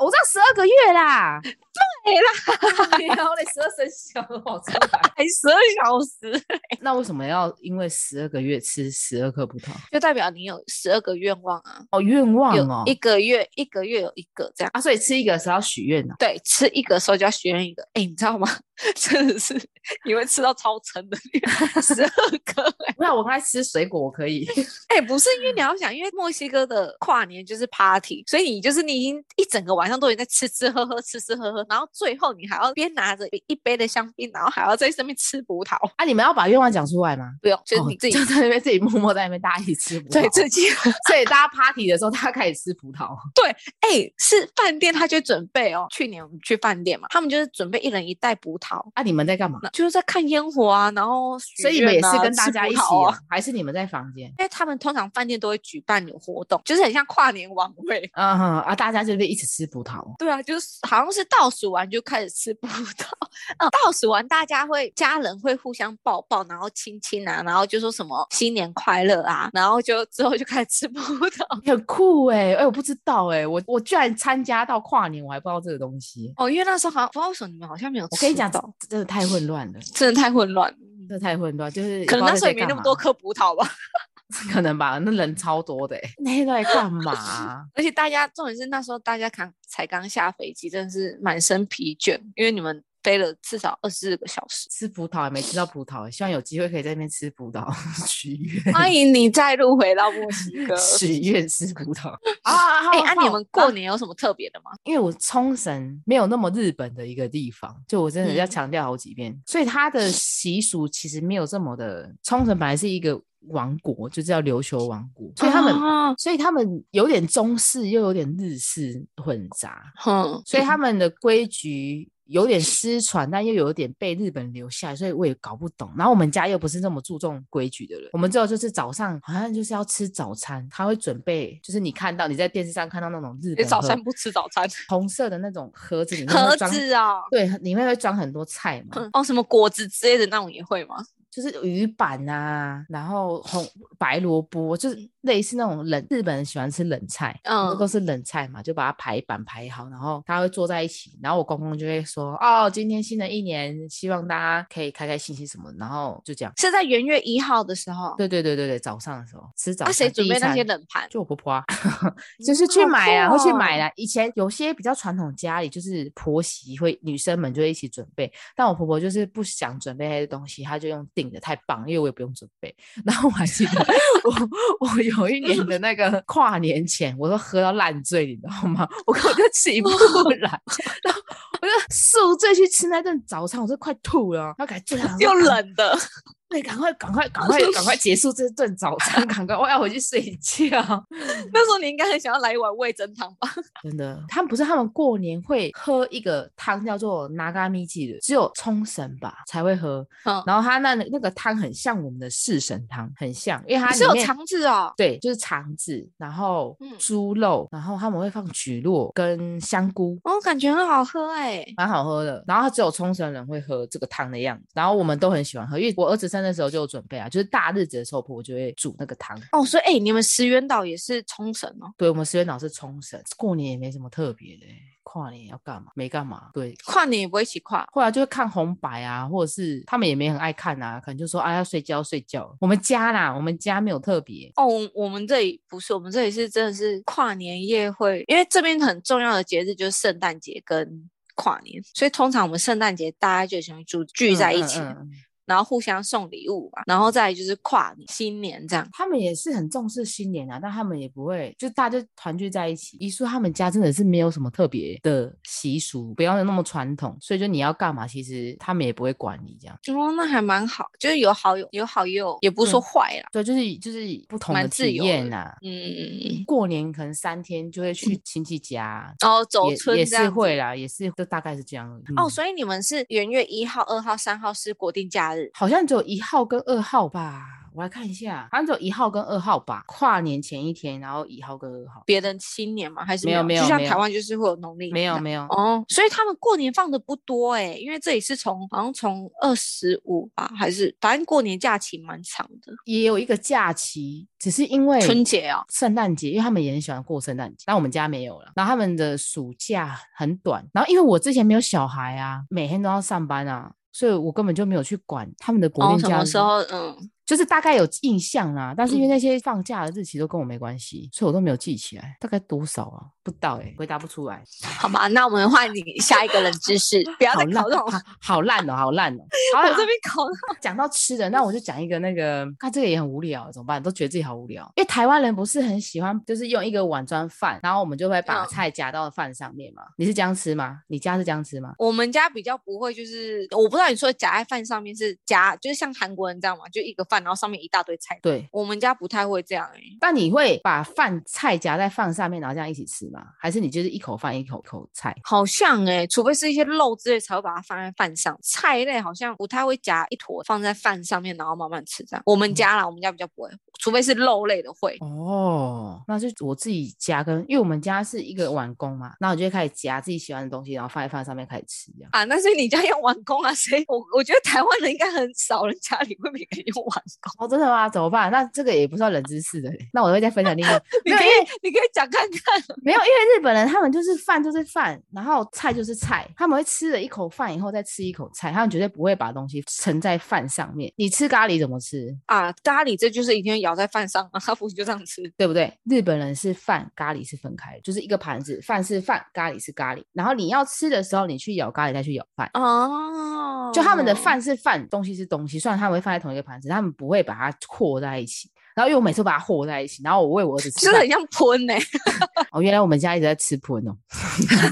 [SPEAKER 1] 我知道十二个月啦，对啦，然后嘞，十二生肖跑出来。
[SPEAKER 2] 才十二小时，
[SPEAKER 1] [laughs]
[SPEAKER 2] [laughs]
[SPEAKER 1] 那为什么要因为十二个月吃十二颗葡萄？
[SPEAKER 2] 就代表你有十二个愿望啊，
[SPEAKER 1] 哦，愿望哦
[SPEAKER 2] 有，一个月一个月有一个这样。
[SPEAKER 1] 啊，所以吃一个是要许愿的。
[SPEAKER 2] 对，吃一个的时候就要许愿一个，哎，你知道吗？ [laughs] 真的是你会吃到超撑的十二颗、欸，
[SPEAKER 1] 不要，我刚才吃水果，我可以。
[SPEAKER 2] [laughs]
[SPEAKER 1] [laughs]
[SPEAKER 2] 哎，不是因为你要想，因为墨西哥的跨年就是 party，所以你就是你已经一整个晚上都已经在吃吃喝喝吃吃喝喝，然后最后你还要边拿着一杯的香槟，然后还要在上面吃葡萄，
[SPEAKER 1] 啊，你们要把愿望讲出来吗？
[SPEAKER 2] 不用，就是
[SPEAKER 1] 哦
[SPEAKER 2] 你自己、
[SPEAKER 1] 就在那边自己默默在那边，大家一起吃 [laughs] 葡萄。
[SPEAKER 2] 对自己。
[SPEAKER 1] 所以大家 party 的时候，大家开始吃葡萄。
[SPEAKER 2] 哎、是饭店他就会准备哦。去年我们去饭店嘛，他们就是准备一人一袋葡萄，
[SPEAKER 1] 啊，你们在干嘛？
[SPEAKER 2] 那就是在看烟火啊，然后许
[SPEAKER 1] 所以你们也
[SPEAKER 2] 愿
[SPEAKER 1] 是
[SPEAKER 2] 啊
[SPEAKER 1] 跟
[SPEAKER 2] 吃
[SPEAKER 1] 大家
[SPEAKER 2] 葡
[SPEAKER 1] 一起、
[SPEAKER 2] 萄
[SPEAKER 1] 哦
[SPEAKER 2] 啊。
[SPEAKER 1] 还是你们在房间？
[SPEAKER 2] 因为他们通常饭店都会举办有活动，就是很像跨年晚会。
[SPEAKER 1] 嗯哼啊，大家就是一起吃葡萄。
[SPEAKER 2] 对啊，就是好像是倒数完就开始吃葡萄。嗯，倒数完大家会家人会互相抱抱，然后亲亲啊，然后就说什么新年快乐啊，然后就之后就开始吃葡萄。
[SPEAKER 1] 很酷哎、欸、哎、我不知道哎、我我居然参加到跨年，我还不知道这个东西。
[SPEAKER 2] 哦，因为那时候好像不知道为什么你们好像没有吃
[SPEAKER 1] 我
[SPEAKER 2] 到，
[SPEAKER 1] 跟你讲，这真的太混乱了，
[SPEAKER 2] 真的太混乱了。
[SPEAKER 1] 真的太混乱，就是
[SPEAKER 2] 嗯可能
[SPEAKER 1] 不
[SPEAKER 2] 那
[SPEAKER 1] 知
[SPEAKER 2] 时
[SPEAKER 1] 道在
[SPEAKER 2] 候也没那
[SPEAKER 1] 干
[SPEAKER 2] 么
[SPEAKER 1] 嘛 [laughs]
[SPEAKER 2] 多，颗葡萄吧，
[SPEAKER 1] 可能吧，那人超多的、欸，那些都在干嘛啊、。
[SPEAKER 2] 而且大家重点是那时候大家刚才刚下飞机，真的是满身疲倦，因为你们飞了至少二十个小
[SPEAKER 1] [laughs] [laughs]
[SPEAKER 2] 时
[SPEAKER 1] 吃葡萄也没吃到葡萄欸、希望有机会可以在那边吃葡萄 [laughs] 许愿。
[SPEAKER 2] [laughs] 欢迎你再度回到墨西
[SPEAKER 1] [laughs]
[SPEAKER 2] 哥。
[SPEAKER 1] 许愿吃葡萄 [laughs] 啊！好
[SPEAKER 2] [laughs] 哎、那、你
[SPEAKER 1] 好
[SPEAKER 2] 们
[SPEAKER 1] 啊
[SPEAKER 2] 过年有什么特别的吗？
[SPEAKER 1] 因为我冲绳没有那么日本的一个地方，就我真的要
[SPEAKER 2] 嗯
[SPEAKER 1] 强调好几遍，所以它的习俗其实没有这么的。冲绳本来是一个王国，就叫琉球王国，所以他们，
[SPEAKER 2] 啊
[SPEAKER 1] 所以他们有点中式又有点日式混杂，
[SPEAKER 2] 哼，
[SPEAKER 1] 哦所以他们的规矩。有点失传，但又有点被日本留下来，所以我也搞不懂。然后我们家又不是那么注重规矩的人，我们最后就是早上好像就是要吃早餐，他会准备，就是你看到你在电视上看到那种日
[SPEAKER 2] 你
[SPEAKER 1] 本
[SPEAKER 2] 早
[SPEAKER 1] 和
[SPEAKER 2] 餐不吃早餐，
[SPEAKER 1] 红色的那种盒子里面会
[SPEAKER 2] 盒
[SPEAKER 1] 装，嗯
[SPEAKER 2] 子啊、
[SPEAKER 1] 对，里面会装很多菜嘛，
[SPEAKER 2] 哦，什么果子之类的那种也会吗？
[SPEAKER 1] 就是鱼板啊，然后红白萝卜，就是类似那种冷，日本人喜欢吃冷菜，
[SPEAKER 2] 嗯
[SPEAKER 1] 都是冷菜嘛，就把它排版排好，然后大家会坐在一起，然后我公公就会说，哦，今天新的一年，希望大家可以开开心心什么，然后就这样。
[SPEAKER 2] 是在元月一号的时候。
[SPEAKER 1] 对对对对对，早上的时候吃早
[SPEAKER 2] 那
[SPEAKER 1] 餐，
[SPEAKER 2] 谁准
[SPEAKER 1] 第一
[SPEAKER 2] 备那
[SPEAKER 1] 餐
[SPEAKER 2] 些冷
[SPEAKER 1] [laughs]
[SPEAKER 2] 盘？
[SPEAKER 1] 就我婆婆啊，就是去
[SPEAKER 2] 嗯好
[SPEAKER 1] 买啊，会去
[SPEAKER 2] 酷
[SPEAKER 1] 买
[SPEAKER 2] 哦
[SPEAKER 1] 啦。以前有些比较传统家里，就是婆媳会女生们就会一起准备，但我婆婆就是不想准备那些东西，她就用订的，太棒了，因为我也不用准备。 [laughs] 然后我还记
[SPEAKER 2] [laughs]
[SPEAKER 1] 得我我有一年的那个跨年前，我都喝到烂醉，你知道吗？ [laughs] 我根本就起
[SPEAKER 2] [laughs]
[SPEAKER 1] 不来， [laughs] 然后我就宿醉去吃那顿早餐，我都快吐了，然后赶紧
[SPEAKER 2] 又冷的， [laughs]
[SPEAKER 1] 对，赶快赶快赶快赶快结束这顿早餐，赶快我要回去睡觉。
[SPEAKER 2] 那时候你应该很想要来一碗味增汤吧？
[SPEAKER 1] 真的，他们不是他们过年会喝一个汤叫做拿嘎米记的，只有冲绳吧才会喝。
[SPEAKER 2] 嗯，
[SPEAKER 1] 然后它那那个汤很像我们的四神汤，很像，因为它
[SPEAKER 2] 是
[SPEAKER 1] 里
[SPEAKER 2] 有
[SPEAKER 1] 面
[SPEAKER 2] 肠子哦。
[SPEAKER 1] 对，就是肠子，然后
[SPEAKER 2] 嗯
[SPEAKER 1] 猪肉，然后他们会放蒟蒻跟香菇。
[SPEAKER 2] 哦，感觉很好喝哎、
[SPEAKER 1] 蛮好喝的，然后它只有冲绳人会喝这个汤的样子，然后我们都很喜欢喝，因为我儿子生的时候就有准备啊，就是大日子的时候，婆婆就会煮那个汤。
[SPEAKER 2] 哦，所以哎、你们石原岛也是冲绳哦，
[SPEAKER 1] 对我们实验老师冲绳，过年也没什么特别的欸、跨年要干嘛？没干嘛，对，
[SPEAKER 2] 跨年也不会一起跨。
[SPEAKER 1] 后来就会看红白啊，或者是他们也没很爱看啊，可能就说啊要睡觉睡觉。我们家啦，我们家没有特别，
[SPEAKER 2] 哦，我我们这里不是，我们这里是真的是跨年夜会，因为这边很重要的节日就是圣诞节跟跨年，所以通常我们圣诞节大家就喜欢聚聚在一起，
[SPEAKER 1] 嗯嗯嗯
[SPEAKER 2] 然后互相送礼物嘛，然后再来就是跨年、新年这样。
[SPEAKER 1] 他们也是很重视新年啊，但他们也不会就大家就团聚在一起。一说他们家真的是没有什么特别的习俗，不要那么传统，所以就你要干嘛，其实他们也不会管你这样。
[SPEAKER 2] 哦，那还蛮好，就是有好有有好也有，也不是说
[SPEAKER 1] 对
[SPEAKER 2] 坏啦。
[SPEAKER 1] 对，就是就是不同
[SPEAKER 2] 蛮
[SPEAKER 1] 的
[SPEAKER 2] 自
[SPEAKER 1] 体
[SPEAKER 2] 由
[SPEAKER 1] 验
[SPEAKER 2] 的
[SPEAKER 1] 呐、啊。
[SPEAKER 2] 嗯嗯嗯嗯，
[SPEAKER 1] 过年可能三天就会去亲戚家，
[SPEAKER 2] 然后嗯走村
[SPEAKER 1] 也也
[SPEAKER 2] 这
[SPEAKER 1] 是
[SPEAKER 2] 样
[SPEAKER 1] 会
[SPEAKER 2] 子
[SPEAKER 1] 啦，也是就大概是这样而已。
[SPEAKER 2] 哦，
[SPEAKER 1] 嗯
[SPEAKER 2] 所以你们是元月一号、二号、三号是国定假日，
[SPEAKER 1] 好像只有一号跟二号吧，我来看一下，好像只有一号跟二号吧。跨年前一天，然后一号跟二号，
[SPEAKER 2] 别人新年吗？还是
[SPEAKER 1] 没有没有
[SPEAKER 2] 就像
[SPEAKER 1] 没有
[SPEAKER 2] 台湾就是会有农历
[SPEAKER 1] 没有
[SPEAKER 2] 年
[SPEAKER 1] 没有，
[SPEAKER 2] 哦，所以他们过年放的不多哎、因为这里是从好像从二十五吧，还是反正过年假期蛮长的。
[SPEAKER 1] 也有一个假期，只是因为
[SPEAKER 2] 春节哦，
[SPEAKER 1] 圣诞节，因为他们也很喜欢过圣诞节，但我们家没有了。然后他们的暑假很短，然后因为我之前没有小孩啊，每天都要上班啊，所以我根本就没有去管他们的国
[SPEAKER 2] 哦，
[SPEAKER 1] 定
[SPEAKER 2] 什
[SPEAKER 1] 假
[SPEAKER 2] 么
[SPEAKER 1] 日。
[SPEAKER 2] 时候？嗯，
[SPEAKER 1] 就是大概有印象啦、但是因为那些放假的日期都跟我没关系，所以我都没有记起来，大概多少啊？不知道哎、回答不出来。
[SPEAKER 2] 好吧，那我们换你
[SPEAKER 1] [laughs]
[SPEAKER 2] 下一个冷知识，不要
[SPEAKER 1] 好
[SPEAKER 2] 再
[SPEAKER 1] 烂，
[SPEAKER 2] 考这种。
[SPEAKER 1] 好好烂哦，好烂哦。
[SPEAKER 2] [laughs]
[SPEAKER 1] 好
[SPEAKER 2] 我
[SPEAKER 1] 啦，
[SPEAKER 2] 这边考
[SPEAKER 1] 讲到吃的，那我就讲一个那个，看这个也很无聊，怎么办？都觉得自己好无聊。因为台湾人不是很喜欢，就是用一个碗装饭，然后我们就会把
[SPEAKER 2] 嗯
[SPEAKER 1] 菜夹到饭上面嘛。你是这样吃吗？你家是这样吃吗？
[SPEAKER 2] 我们家比较不会，就是我不知道你说夹在饭上面是夹，就是像韩国人这样嘛，就一个饭，然后上面一大堆菜。
[SPEAKER 1] 对。
[SPEAKER 2] 我们家不太会这样哎、
[SPEAKER 1] 但你会把饭菜夹在饭上面，然后这样一起吃吗？还是你就是一口饭一口口菜？
[SPEAKER 2] 好像哎、除非是一些肉之类才会把它放在饭上，菜类好像不太会夹一坨放在饭上面，然后慢慢吃这样。我
[SPEAKER 1] 嗯
[SPEAKER 2] 们家啦，我们家比较不会，除非是肉类的会。
[SPEAKER 1] 哦，那就我自己夹跟，因为我们家是一个碗工嘛，那我就会开始夹自己喜欢的东西，然后放在饭上面开始吃这样。
[SPEAKER 2] 啊，那所以你家用碗工啊？谁？我我觉得台湾人应该很少人家里会每个人用碗工。
[SPEAKER 1] 哦，真的吗？怎么办？那这个也不算冷知识的嘞，那我会再分享另一个。
[SPEAKER 2] 你
[SPEAKER 1] 没有，
[SPEAKER 2] 可
[SPEAKER 1] 因为
[SPEAKER 2] 以你可以讲看看。
[SPEAKER 1] 没有，因为日本人他们就是饭就是饭，然后菜就是菜，他们会吃了一口饭以后再吃一口菜，他们绝对不会把东西盛在饭上面。你吃咖喱怎么吃？
[SPEAKER 2] 啊，咖喱这就是一定要舀在饭上啊，他不就这样吃？
[SPEAKER 1] 对不对？日本人是饭，咖喱是分开的，就是一个盘子，饭是饭，咖喱是咖喱。然后你要吃的时候，你去舀咖喱，再去舀饭。
[SPEAKER 2] 哦，
[SPEAKER 1] 就他们的饭是饭，东西是东西，虽然他们会放在同一个盘子，他们不会把它和在一起。然后因为我每次都把它和在一起，然后我喂我儿子吃
[SPEAKER 2] 吃的
[SPEAKER 1] 饭
[SPEAKER 2] 很，像欸喷呢、
[SPEAKER 1] 哦，原来我们家一直在吃喷哦。 [laughs]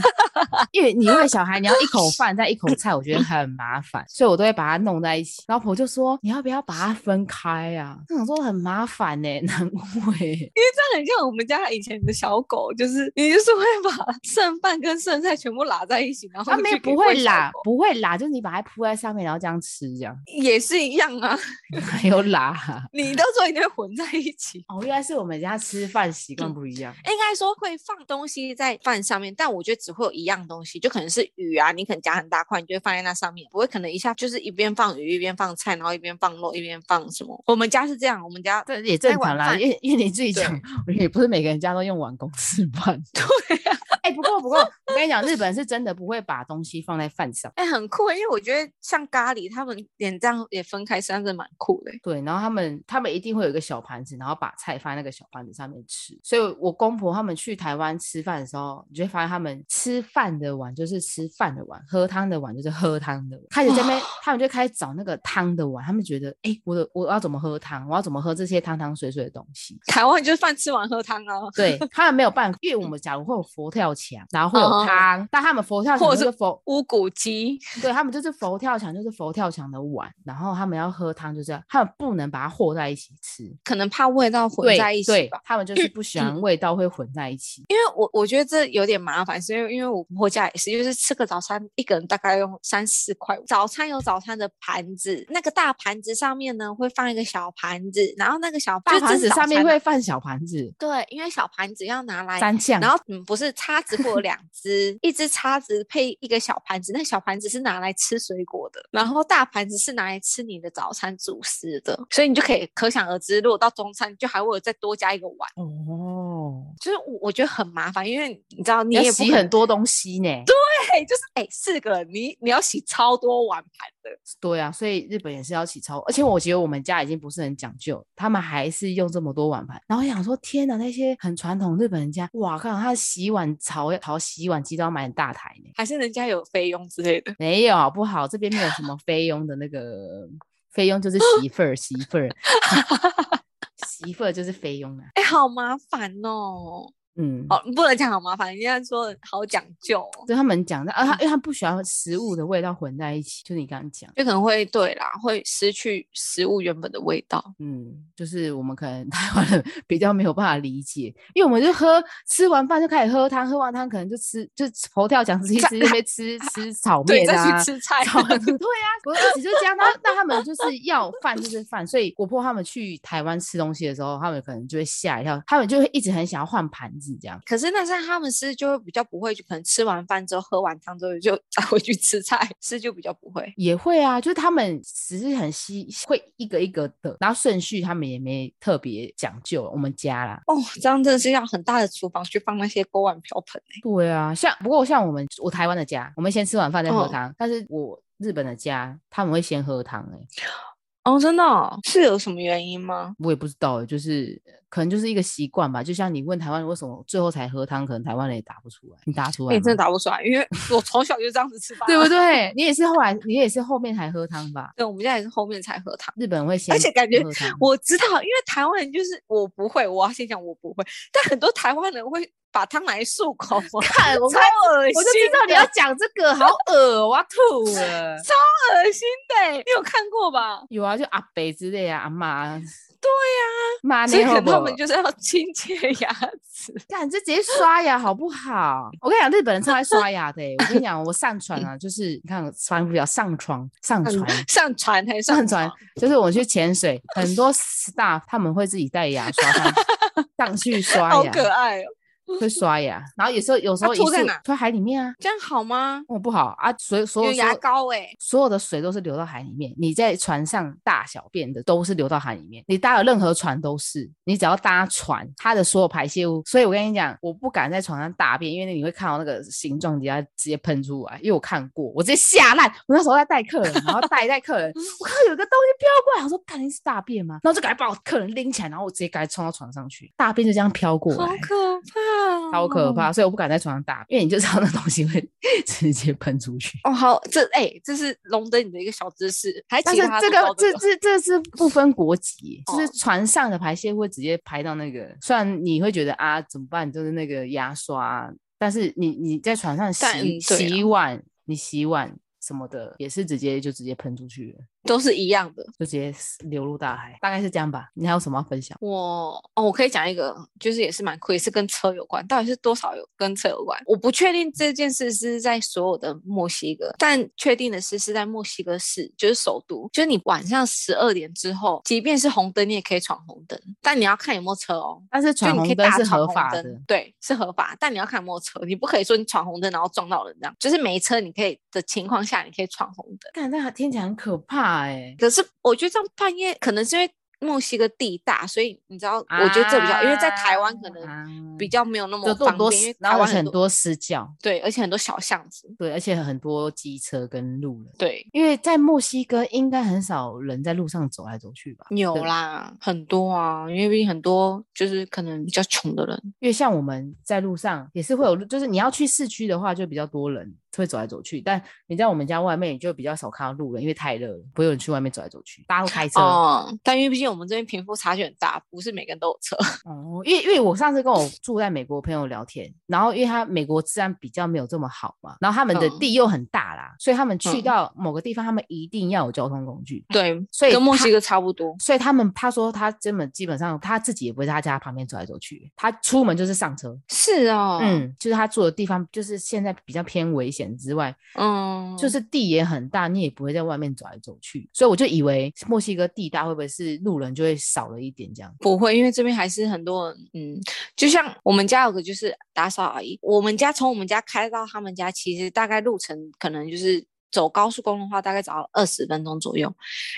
[SPEAKER 1] 因为你喂小孩，你要一口饭再一口菜，我觉得很麻烦，所以我都会把它弄在一起。然后婆就说：“你要不要把它分开啊？”那种说很麻烦呢、难为。
[SPEAKER 2] 很像我们家以前的小狗，就是你就是会把 [laughs] 剩饭跟剩菜全部拉在一起，然后
[SPEAKER 1] 他们也
[SPEAKER 2] 去给
[SPEAKER 1] 不会
[SPEAKER 2] 喂小
[SPEAKER 1] 拉
[SPEAKER 2] 狗，
[SPEAKER 1] 不会拉，就是你把它铺在上面，然后这样吃，这样
[SPEAKER 2] 也是一样啊。
[SPEAKER 1] 还有拉啊。
[SPEAKER 2] 你到时候一定会混在一起。
[SPEAKER 1] [laughs] 哦，原来是我们家吃饭习惯不一样。
[SPEAKER 2] 嗯应该说会放东西在饭上面，但我觉得只会有一样东西，就可能是鱼啊，你可能夹很大块，你就会放在那上面，不会可能一下就是一边放鱼一边放菜，然后一边放肉一边放什么。我们家是这样，我们家
[SPEAKER 1] 这也正
[SPEAKER 2] 在
[SPEAKER 1] 常
[SPEAKER 2] 晚
[SPEAKER 1] 啦，
[SPEAKER 2] 饭
[SPEAKER 1] 因为因为你自己
[SPEAKER 2] 对
[SPEAKER 1] 讲，也不是每个人家都用碗公吃饭。
[SPEAKER 2] [laughs] 对啊呀、
[SPEAKER 1] 哎、不过不过，我跟你讲，日本是真的不会把东西放在饭上。
[SPEAKER 2] 哎、很酷欸，因为我觉得像咖喱，他们连这样也分开吃，那真的蛮酷的欸。
[SPEAKER 1] 对，然后他们他们一定会有一个小盘子，然后把菜放在那个小盘子上面吃。所以我公婆他们去台湾吃饭的时候，你就会发现他们吃饭的碗就是吃饭的碗，喝汤的碗就是喝汤的碗。开始这边他们就开始找那个汤的碗，他们觉得哎、诶我的我要怎么喝汤，我要怎么喝这些汤汤水水的东西。
[SPEAKER 2] 台湾就是饭吃完喝汤啊，
[SPEAKER 1] 对他们没有办法，因为我们假如会有佛跳墙，然后会有
[SPEAKER 2] 嗯哦
[SPEAKER 1] 汤，但他们佛跳墙
[SPEAKER 2] 或
[SPEAKER 1] 就
[SPEAKER 2] 者
[SPEAKER 1] 是
[SPEAKER 2] 是
[SPEAKER 1] 佛
[SPEAKER 2] 乌骨鸡，
[SPEAKER 1] 对他们就是佛跳墙，就是佛跳墙的碗，然后他们要喝汤，就这样，他们不能把它和在一起吃，
[SPEAKER 2] 可能怕味道混
[SPEAKER 1] 对
[SPEAKER 2] 在一起
[SPEAKER 1] 对
[SPEAKER 2] 吧。
[SPEAKER 1] 他们就是不喜欢味道会混在一起。
[SPEAKER 2] 因为我我觉得这有点麻烦，是因为因为我婆婆家也是，就是吃个早餐，一个人大概用三四块。早餐有早餐的盘子，那个大盘子上面呢会放一个小盘子，然后那个小
[SPEAKER 1] 就
[SPEAKER 2] 大盘
[SPEAKER 1] 桌子
[SPEAKER 2] 子
[SPEAKER 1] 上面
[SPEAKER 2] 会
[SPEAKER 1] 会放小盘子、
[SPEAKER 2] 对，因为小盘子要拿来
[SPEAKER 1] 蘸酱，
[SPEAKER 2] 然后嗯，不是叉子或两只，一只叉子配一个小盘子，那小盘子是拿来吃水果的，然后大盘子是拿来吃你的早餐主食的，所以你就可以可想而知，如果到中餐就还会有再多加一个碗，
[SPEAKER 1] 哦，
[SPEAKER 2] 就是我我觉得很麻烦，因为你知道你
[SPEAKER 1] 你要
[SPEAKER 2] 也不
[SPEAKER 1] 洗
[SPEAKER 2] 可
[SPEAKER 1] 很
[SPEAKER 2] 能
[SPEAKER 1] 多东西呢。
[SPEAKER 2] 对，就是哎四个人你你要洗超多碗盘的，
[SPEAKER 1] 对啊，所以日本也是要起超，而且我觉得我们家已经不是很讲究，他们还是用这么多碗盘。然后我想说，天哪，那些很传统日本人家，哇靠，他的洗碗槽淘洗碗机都要买很大台呢。
[SPEAKER 2] 还是人家有费用之类的。
[SPEAKER 1] 没有，好不好？这边没有什么菲佣的那个，菲佣就是媳妇儿，媳妇儿， [laughs] 媳妇儿就是菲佣啊。
[SPEAKER 2] 哎，好麻烦哦！
[SPEAKER 1] 嗯，
[SPEAKER 2] 哦，不能讲好麻烦，人家说好讲究哦、
[SPEAKER 1] 对他们讲的啊，他因为他不喜欢食物的味道混在一起，就你刚刚讲，
[SPEAKER 2] 就可能会对啦，会失去食物原本的味道。
[SPEAKER 1] 嗯，就是我们可能 [laughs] 台湾人比较没有办法理解，因为我们就喝吃完饭就开始喝汤，喝完汤可能就吃就佛跳墙吃一吃，那边
[SPEAKER 2] [laughs]
[SPEAKER 1] 吃吃炒
[SPEAKER 2] 对，
[SPEAKER 1] 面
[SPEAKER 2] 再
[SPEAKER 1] 啊
[SPEAKER 2] 去。吃菜。
[SPEAKER 1] 炒对
[SPEAKER 2] [laughs]
[SPEAKER 1] 啊，我一直就这样。那那他们就是要饭就是饭，所以我婆他们去台湾吃东西的时候，他们可能就会吓一跳，他们就会一直很想要换盘子这样。
[SPEAKER 2] 可是那是他们是就会比较不会，就可能吃完饭之后喝完汤之后就再回去吃菜，是就比较不会。
[SPEAKER 1] 也会啊，就是他们只是很稀，会一个一个的，然后顺序他们也没特别讲究。我们家啦，
[SPEAKER 2] 哦，这样真的是要很大的厨房去放那些锅碗瓢盆、欸、
[SPEAKER 1] 对啊，像不过像我们我台湾的家，我们先吃晚饭再喝
[SPEAKER 2] 哦
[SPEAKER 1] 汤，但是我日本的家他们会先喝汤哎、欸，
[SPEAKER 2] 哦，真的哦、是有什么原因吗？
[SPEAKER 1] 我也不知道、欸，就是可能就是一个习惯吧。就像你问台湾人为什么最后才喝汤，可能台湾人也答不啊出来，你答出
[SPEAKER 2] 哎、
[SPEAKER 1] 来吗？
[SPEAKER 2] 真的答不出来，因为我从小就这样子吃饭
[SPEAKER 1] [laughs]
[SPEAKER 2] 啊。
[SPEAKER 1] 对不对？你也是后来，你也是后面才喝汤吧？
[SPEAKER 2] 对，我们家也是后面才喝汤。
[SPEAKER 1] 日本人会先，
[SPEAKER 2] 而且感觉
[SPEAKER 1] 喝汤
[SPEAKER 2] 我知道，因为台湾人就是我不会，我要先讲我不会，但很多台湾人会把汤拿来漱 [laughs] 口，
[SPEAKER 1] 看 [laughs] 我
[SPEAKER 2] 超
[SPEAKER 1] 刚
[SPEAKER 2] 恶心，
[SPEAKER 1] 我就知道你要讲这个，好恶，我要吐了。
[SPEAKER 2] 恶心的欸、你有看过吧？
[SPEAKER 1] 有啊，就阿伯之类啊，阿妈。对
[SPEAKER 2] 呀、
[SPEAKER 1] 妈
[SPEAKER 2] 所以
[SPEAKER 1] 你
[SPEAKER 2] 可
[SPEAKER 1] 好
[SPEAKER 2] 能
[SPEAKER 1] 不
[SPEAKER 2] 他
[SPEAKER 1] 好？
[SPEAKER 2] 们就是要清洁牙齿。
[SPEAKER 1] 干，这直接刷牙好不好？ [laughs] 我跟你讲，日本人超爱刷牙的、欸。我跟你讲，我上船啊，就是你看船不了，上床上船。
[SPEAKER 2] 上船还是
[SPEAKER 1] 上船
[SPEAKER 2] 船？
[SPEAKER 1] 就是我去潜水，很多 staff 他们会自己带牙刷上上去刷
[SPEAKER 2] 好
[SPEAKER 1] 牙，
[SPEAKER 2] 可爱哦！
[SPEAKER 1] 会刷牙。然后有时候有时
[SPEAKER 2] 它
[SPEAKER 1] 候一
[SPEAKER 2] 吐在
[SPEAKER 1] 漱
[SPEAKER 2] 哪
[SPEAKER 1] 吐在海里面啊，
[SPEAKER 2] 这样好吗？
[SPEAKER 1] 哦不好啊，所以所
[SPEAKER 2] 有
[SPEAKER 1] 有所
[SPEAKER 2] 牙
[SPEAKER 1] 有
[SPEAKER 2] 膏哎、欸，
[SPEAKER 1] 所有的水都是流到海里面，你在船上大小便的都是流到海里面，你搭了任何船都是，你只要搭船，它的所有排泄物。所以我跟你讲，我不敢在床上大便，因为你会看到那个形状底下直接喷出来，因为我看过，我直接吓烂。我那时候在带客人，然后带一带客
[SPEAKER 2] [laughs]
[SPEAKER 1] 人，我看到有一个东西飘过来，我说肯定是大便吗？然后就赶快把我客人拎起来，然后我直接赶快冲到床上去，大便就这样飘过
[SPEAKER 2] 好
[SPEAKER 1] 来。
[SPEAKER 2] 可怕，哦
[SPEAKER 1] 超可！怕，所以我不敢在床上大，因为你就知道那东西会 [laughs] 直接喷出去。
[SPEAKER 2] 哦，好，这哎、这是龙灯你的一个小知识，还
[SPEAKER 1] [laughs] 但
[SPEAKER 2] 请
[SPEAKER 1] 是
[SPEAKER 2] 他
[SPEAKER 1] 这
[SPEAKER 2] 个
[SPEAKER 1] 个这这这是不分国籍，就是
[SPEAKER 2] 哦
[SPEAKER 1] 船上的排泄会直接排到那个，虽然你会觉得啊怎么办，就是那个牙刷，但是你你在船上
[SPEAKER 2] 但
[SPEAKER 1] 洗
[SPEAKER 2] 嗯对啊
[SPEAKER 1] 洗碗，你洗碗什么的也是直接就直接喷出去了。
[SPEAKER 2] 都是一样的。
[SPEAKER 1] 就直接流入大海，大概是这样吧。你还有什么要分享？
[SPEAKER 2] 我哦，我可以讲一个，就是也是蛮酷，也是跟车有关，到底是多少有跟车有关？我不确定这件事是在所有的墨西哥，但确定的是是在墨西哥市，就是首都。就是你晚上十二点之后，即便是红灯，你也可以闯红灯，但你要看有没有车哦。
[SPEAKER 1] 但是
[SPEAKER 2] 就
[SPEAKER 1] 闯
[SPEAKER 2] 你可
[SPEAKER 1] 红
[SPEAKER 2] 以
[SPEAKER 1] 灯
[SPEAKER 2] 大
[SPEAKER 1] 是
[SPEAKER 2] 闯
[SPEAKER 1] 合
[SPEAKER 2] 红
[SPEAKER 1] 法
[SPEAKER 2] 灯
[SPEAKER 1] 的，
[SPEAKER 2] 对，是合法，但你要看有没有车，你不可以说你闯红灯然后撞到人这样。就是没车你可以的情况下，你可以闯红灯。
[SPEAKER 1] 但那听起来很可怕哎、
[SPEAKER 2] 可是我觉得这样半夜可能是因为墨西哥地大，所以你知道，我觉得这比较，因为在台湾可能
[SPEAKER 1] 能
[SPEAKER 2] 嗯比较没有那么
[SPEAKER 1] 啊就
[SPEAKER 2] 方
[SPEAKER 1] 很多
[SPEAKER 2] 便，因
[SPEAKER 1] 死
[SPEAKER 2] 为，
[SPEAKER 1] 然
[SPEAKER 2] 台
[SPEAKER 1] 后
[SPEAKER 2] 湾
[SPEAKER 1] 很多死角，
[SPEAKER 2] 对，而且很多小巷子，
[SPEAKER 1] 对，而且很多机车跟路人。
[SPEAKER 2] 对，
[SPEAKER 1] 因为在墨西哥应该很少人在路上走来走去吧？
[SPEAKER 2] 有
[SPEAKER 1] 对
[SPEAKER 2] 啦，很多啊，因为毕竟很多就是可能比较穷的人，
[SPEAKER 1] 因为像我们在路上也是会有路，就是你要去市区的话，就比较多人会走来走去。但你在我们家外面，你就比较少看到路人，因为太热了，不会有人去外面走来走去，大家都开车。
[SPEAKER 2] 哦、但因为毕竟我们这边贫富差距很大，不是每个人都有车，
[SPEAKER 1] 哦，因为因为我上次跟我住在美国的朋友聊天，然后因为他美国治安比较没有这么好嘛，然后他们的
[SPEAKER 2] 嗯
[SPEAKER 1] 地又很大啦，所以他们去
[SPEAKER 2] 嗯
[SPEAKER 1] 到某个地方，他们一定要有交通工具，
[SPEAKER 2] 对，
[SPEAKER 1] 所以
[SPEAKER 2] 跟墨
[SPEAKER 1] 他
[SPEAKER 2] 西哥差不多，
[SPEAKER 1] 所以他们他说他根本基本上他自己也不会在他家旁边走来走去，他出门就是上车，
[SPEAKER 2] 是哦，
[SPEAKER 1] 嗯，就是他住的地方就是现在比较偏危险之外，
[SPEAKER 2] 嗯，
[SPEAKER 1] 就是地也很大，你也不会在外面走来走去，所以我就以为墨西哥地大会不会是路人就会少了一点这样？
[SPEAKER 2] 不会，因为这边还是很多人，嗯，就像我们家有个就是打扫阿姨，我们家从我们家开到他们家，其实大概路程可能就是走高速公路的话，大概只要二十分钟左右。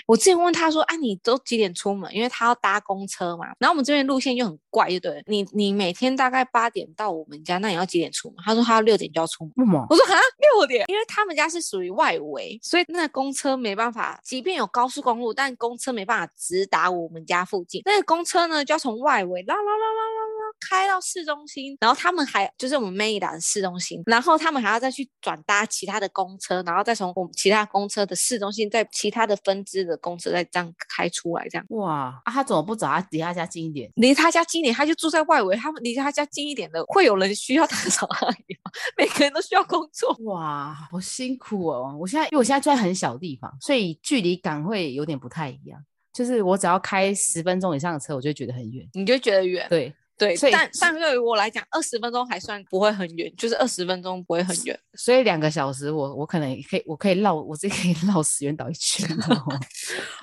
[SPEAKER 2] 我之前问他说，啊，你都几点出门？因为他要搭公车嘛。然后我们这边路线就很怪，就对了，你你每天大概八点到我们家，那你要几点出门？他说他要六点就要出门。
[SPEAKER 1] 为什么？
[SPEAKER 2] 我说哈六点，因为他们家是属于外围，所以那个公车没办法，即便有高速公路，但公车没办法直达我们家附近。那个公车呢，就要从外围啦啦啦啦啦啦开到市中心，然后他们还就是我们 m a 达的市中心，然后他们还要再去转搭其他的公车，然后再从我们其他公车的市中心，在其他的分支的公车再这样开出来，这样。
[SPEAKER 1] 哇，啊，他怎么不找他离他家近一点？
[SPEAKER 2] 离他家近一点，他就住在外围。他们离他家近一点的，会有人需要打扫阿姨吗？ [laughs] 每个人都需要工作。
[SPEAKER 1] 哇，好辛苦哦！我现在因为我现在住在很小地方，所以距离感会有点不太一样。就是我只要开十分钟以上的车，我就会觉得很远。
[SPEAKER 2] 你就觉得远，
[SPEAKER 1] 对，
[SPEAKER 2] 对，
[SPEAKER 1] 所以
[SPEAKER 2] 但
[SPEAKER 1] 是
[SPEAKER 2] 但对于我来讲，二十分钟还算不会很远，就是二十分钟不会很远。
[SPEAKER 1] 所以两个小时我，我可能也可以，我可以绕，我自己可以绕石原岛一圈，你知道吗？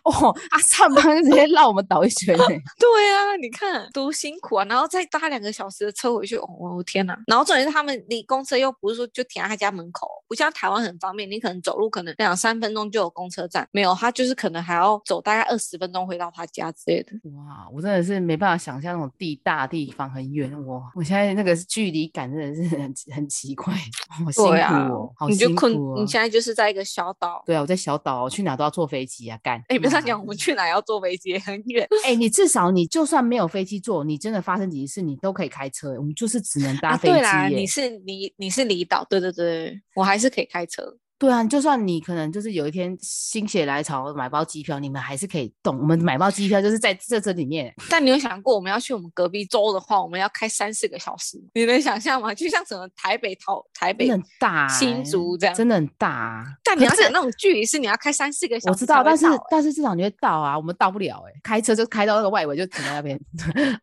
[SPEAKER 1] 哦，啊，上班就直接绕我们岛一圈呢、
[SPEAKER 2] [laughs] 对啊，你看多辛苦啊！然后再搭两个小时的车回去，哦，我天哪！然后重点是他们离公车又不是说就停在他家门口，不像台湾很方便，你可能走路可能两三分钟就有公车站，没有他就是可能还要走大概二十分钟回到他家之类的。
[SPEAKER 1] 哇，我真的是没办法想象那种地大地方很远，哇，我现在那个距离感真的是很很奇怪，好辛苦
[SPEAKER 2] 对啊
[SPEAKER 1] 哦，好
[SPEAKER 2] 你就
[SPEAKER 1] 辛苦
[SPEAKER 2] 困，
[SPEAKER 1] 哦。
[SPEAKER 2] 你现在就是在一个小岛。
[SPEAKER 1] 对啊，我在小岛，我去哪都要坐飞机啊，干！
[SPEAKER 2] 哎，别这样
[SPEAKER 1] 妈
[SPEAKER 2] 讲，我们去哪要坐飞机也很远。
[SPEAKER 1] 哎、你至少你就算没有飞机坐，你真的发生紧急事，你都可以开车、欸我们就是只能搭
[SPEAKER 2] 啊，
[SPEAKER 1] 飞机、耶
[SPEAKER 2] 对啦，你是离你是离岛，对对对，我还是可以开车。
[SPEAKER 1] 对啊，就算你可能就是有一天心血来潮买包机票，你们还是可以动。我们买包机票就是在这这里面，
[SPEAKER 2] 但你有想过，我们要去我们隔壁州的话，我们要开三四个小时吗，你能想象吗？就像整个台北桃台
[SPEAKER 1] 真
[SPEAKER 2] 北
[SPEAKER 1] 的，很大、欸，
[SPEAKER 2] 新竹这样
[SPEAKER 1] 真的很大啊、
[SPEAKER 2] 但你要
[SPEAKER 1] 可是
[SPEAKER 2] 想那种距离是你要开三四个小时、
[SPEAKER 1] 我知道，但是但是至少你会到啊，我们到不了哎、开车就开到那个外围就停在那边，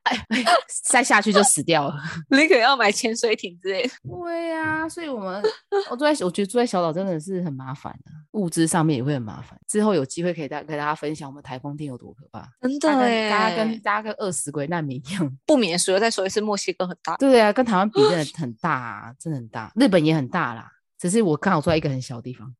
[SPEAKER 1] 哎，哎再下去就死掉了。
[SPEAKER 2] 但你可能要买潜水艇之类的。
[SPEAKER 1] [laughs] 对呀、所以我们 [laughs] 我住在我觉得住在小岛真的是很麻烦的、物资上面也会很麻烦。之后有机会可以大给大家分享我们台风天有多可怕，
[SPEAKER 2] 真的
[SPEAKER 1] 大
[SPEAKER 2] 哎，
[SPEAKER 1] 概大家跟大家跟饿死鬼难民一样。
[SPEAKER 2] 不免俗，再说一次，墨西哥很
[SPEAKER 1] [laughs]
[SPEAKER 2] 大。
[SPEAKER 1] 对啊，跟台湾比真的很大、啊，真的很大，日本也很大啦。只是我刚好住在一个很小的地方，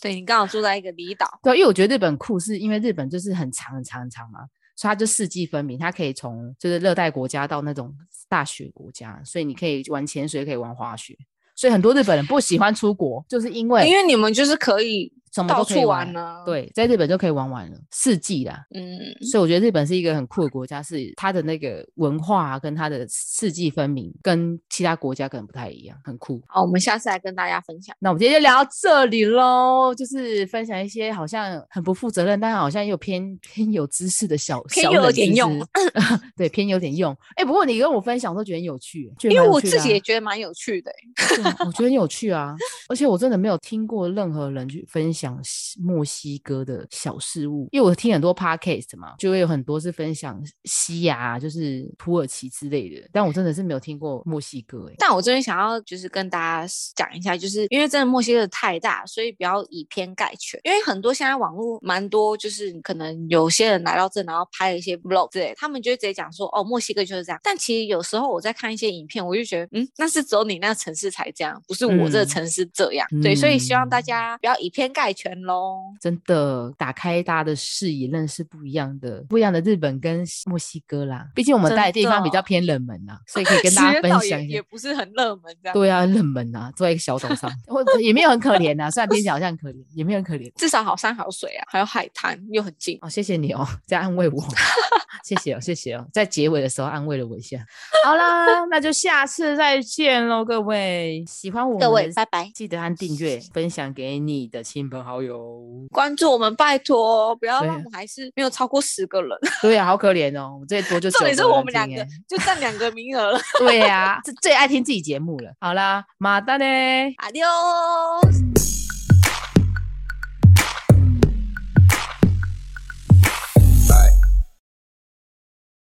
[SPEAKER 2] 对你刚好住在一个离岛，
[SPEAKER 1] 对啊、因为我觉得日本酷是因为日本就是很长很长很长嘛，所以它就四季分明，它可以从就是热带国家到那种大雪国家，所以你可以玩潜水，可以玩滑雪，所以很多日本人不喜欢出国，就是因为
[SPEAKER 2] 因为你们就是可以
[SPEAKER 1] 什么嗯
[SPEAKER 2] 到
[SPEAKER 1] 都可以
[SPEAKER 2] 处
[SPEAKER 1] 玩
[SPEAKER 2] 玩啊呢、，
[SPEAKER 1] 对，在日本就可以玩完了，四季啦。
[SPEAKER 2] 嗯，
[SPEAKER 1] 所以我觉得日本是一个很酷的国家，是它的那个文化、啊、跟它的四季分明，跟其他国家可能不太一样，很酷。
[SPEAKER 2] 好，我们下次来跟大家分享。
[SPEAKER 1] 那我们今天就聊到这里喽，就是分享一些好像很不负责任，但好像又偏偏有知识的小
[SPEAKER 2] 偏
[SPEAKER 1] 小
[SPEAKER 2] 有
[SPEAKER 1] 冷
[SPEAKER 2] 点
[SPEAKER 1] 知
[SPEAKER 2] 用
[SPEAKER 1] 识， [laughs] 对，偏有点用。哎、不过你跟我分享，我都觉得很有趣，觉得
[SPEAKER 2] 因为
[SPEAKER 1] 蛮有
[SPEAKER 2] 我
[SPEAKER 1] 趣
[SPEAKER 2] 自
[SPEAKER 1] 的
[SPEAKER 2] 己
[SPEAKER 1] 啊
[SPEAKER 2] 也觉得蛮有趣的欸、
[SPEAKER 1] 对啊我觉得很有趣啊，而且我真的没有听过任何人去分享西墨西哥的小事物，因为我听很多 podcast 嘛，就会有很多是分享西亚，就是土耳其之类的，但我真的是没有听过墨西哥、欸，
[SPEAKER 2] 但我这边想要就是跟大家讲一下，就是因为真的墨西哥太大，所以不要以偏概全。因为很多现在网络蛮多，就是可能有些人来到这，然后拍了一些 vlog 之类的，他们就会直接讲说哦，墨西哥就是这样。但其实有时候我在看一些影片，我就觉得嗯，那是只有你那个城市才这样，不是我这个
[SPEAKER 1] 嗯
[SPEAKER 2] 城市这样。对，所以希望大
[SPEAKER 1] 嗯
[SPEAKER 2] 家不要以偏概全喽。
[SPEAKER 1] 真的打开大家的视野，认识不一样的、不一样的日本跟墨西哥啦。毕竟我们
[SPEAKER 2] 真
[SPEAKER 1] 待的地方比
[SPEAKER 2] 的哦
[SPEAKER 1] 较偏冷门啊，所以
[SPEAKER 2] [laughs]
[SPEAKER 1] 可以跟大
[SPEAKER 2] 石
[SPEAKER 1] 家
[SPEAKER 2] 原
[SPEAKER 1] 分
[SPEAKER 2] 岛
[SPEAKER 1] 享
[SPEAKER 2] 也
[SPEAKER 1] 一下
[SPEAKER 2] 也。不是很热门这样。
[SPEAKER 1] 对啊，冷门啊，坐在一个小岛上，我也没有很可怜呐、啊，虽然听起来好像很可怜，也没有很可怜。
[SPEAKER 2] 至少好山好水啊，还有海滩，又很近。
[SPEAKER 1] 哦，谢谢你哦，在安慰我， [laughs] 谢谢哦，谢谢哦，在结尾的时候安慰了我一下。好啦，那就下次再见喽，各位。喜欢我们
[SPEAKER 2] 各位，
[SPEAKER 1] 的
[SPEAKER 2] 拜拜！
[SPEAKER 1] 记得按订阅，分享给你的亲朋好友。
[SPEAKER 2] 关注我们，拜托，不要
[SPEAKER 1] 对
[SPEAKER 2] 让
[SPEAKER 1] 啊
[SPEAKER 2] 我们还是没有超过十个人。
[SPEAKER 1] 对啊，好可怜哦，我最多就
[SPEAKER 2] [laughs] 重点
[SPEAKER 1] 9
[SPEAKER 2] 是我
[SPEAKER 1] 人
[SPEAKER 2] 们两
[SPEAKER 1] 听
[SPEAKER 2] 个
[SPEAKER 1] 欸
[SPEAKER 2] 就占两个名额了。 [laughs]
[SPEAKER 1] 啊对呀、是最爱听自己节目了。好啦，马丹呢？
[SPEAKER 2] Adios。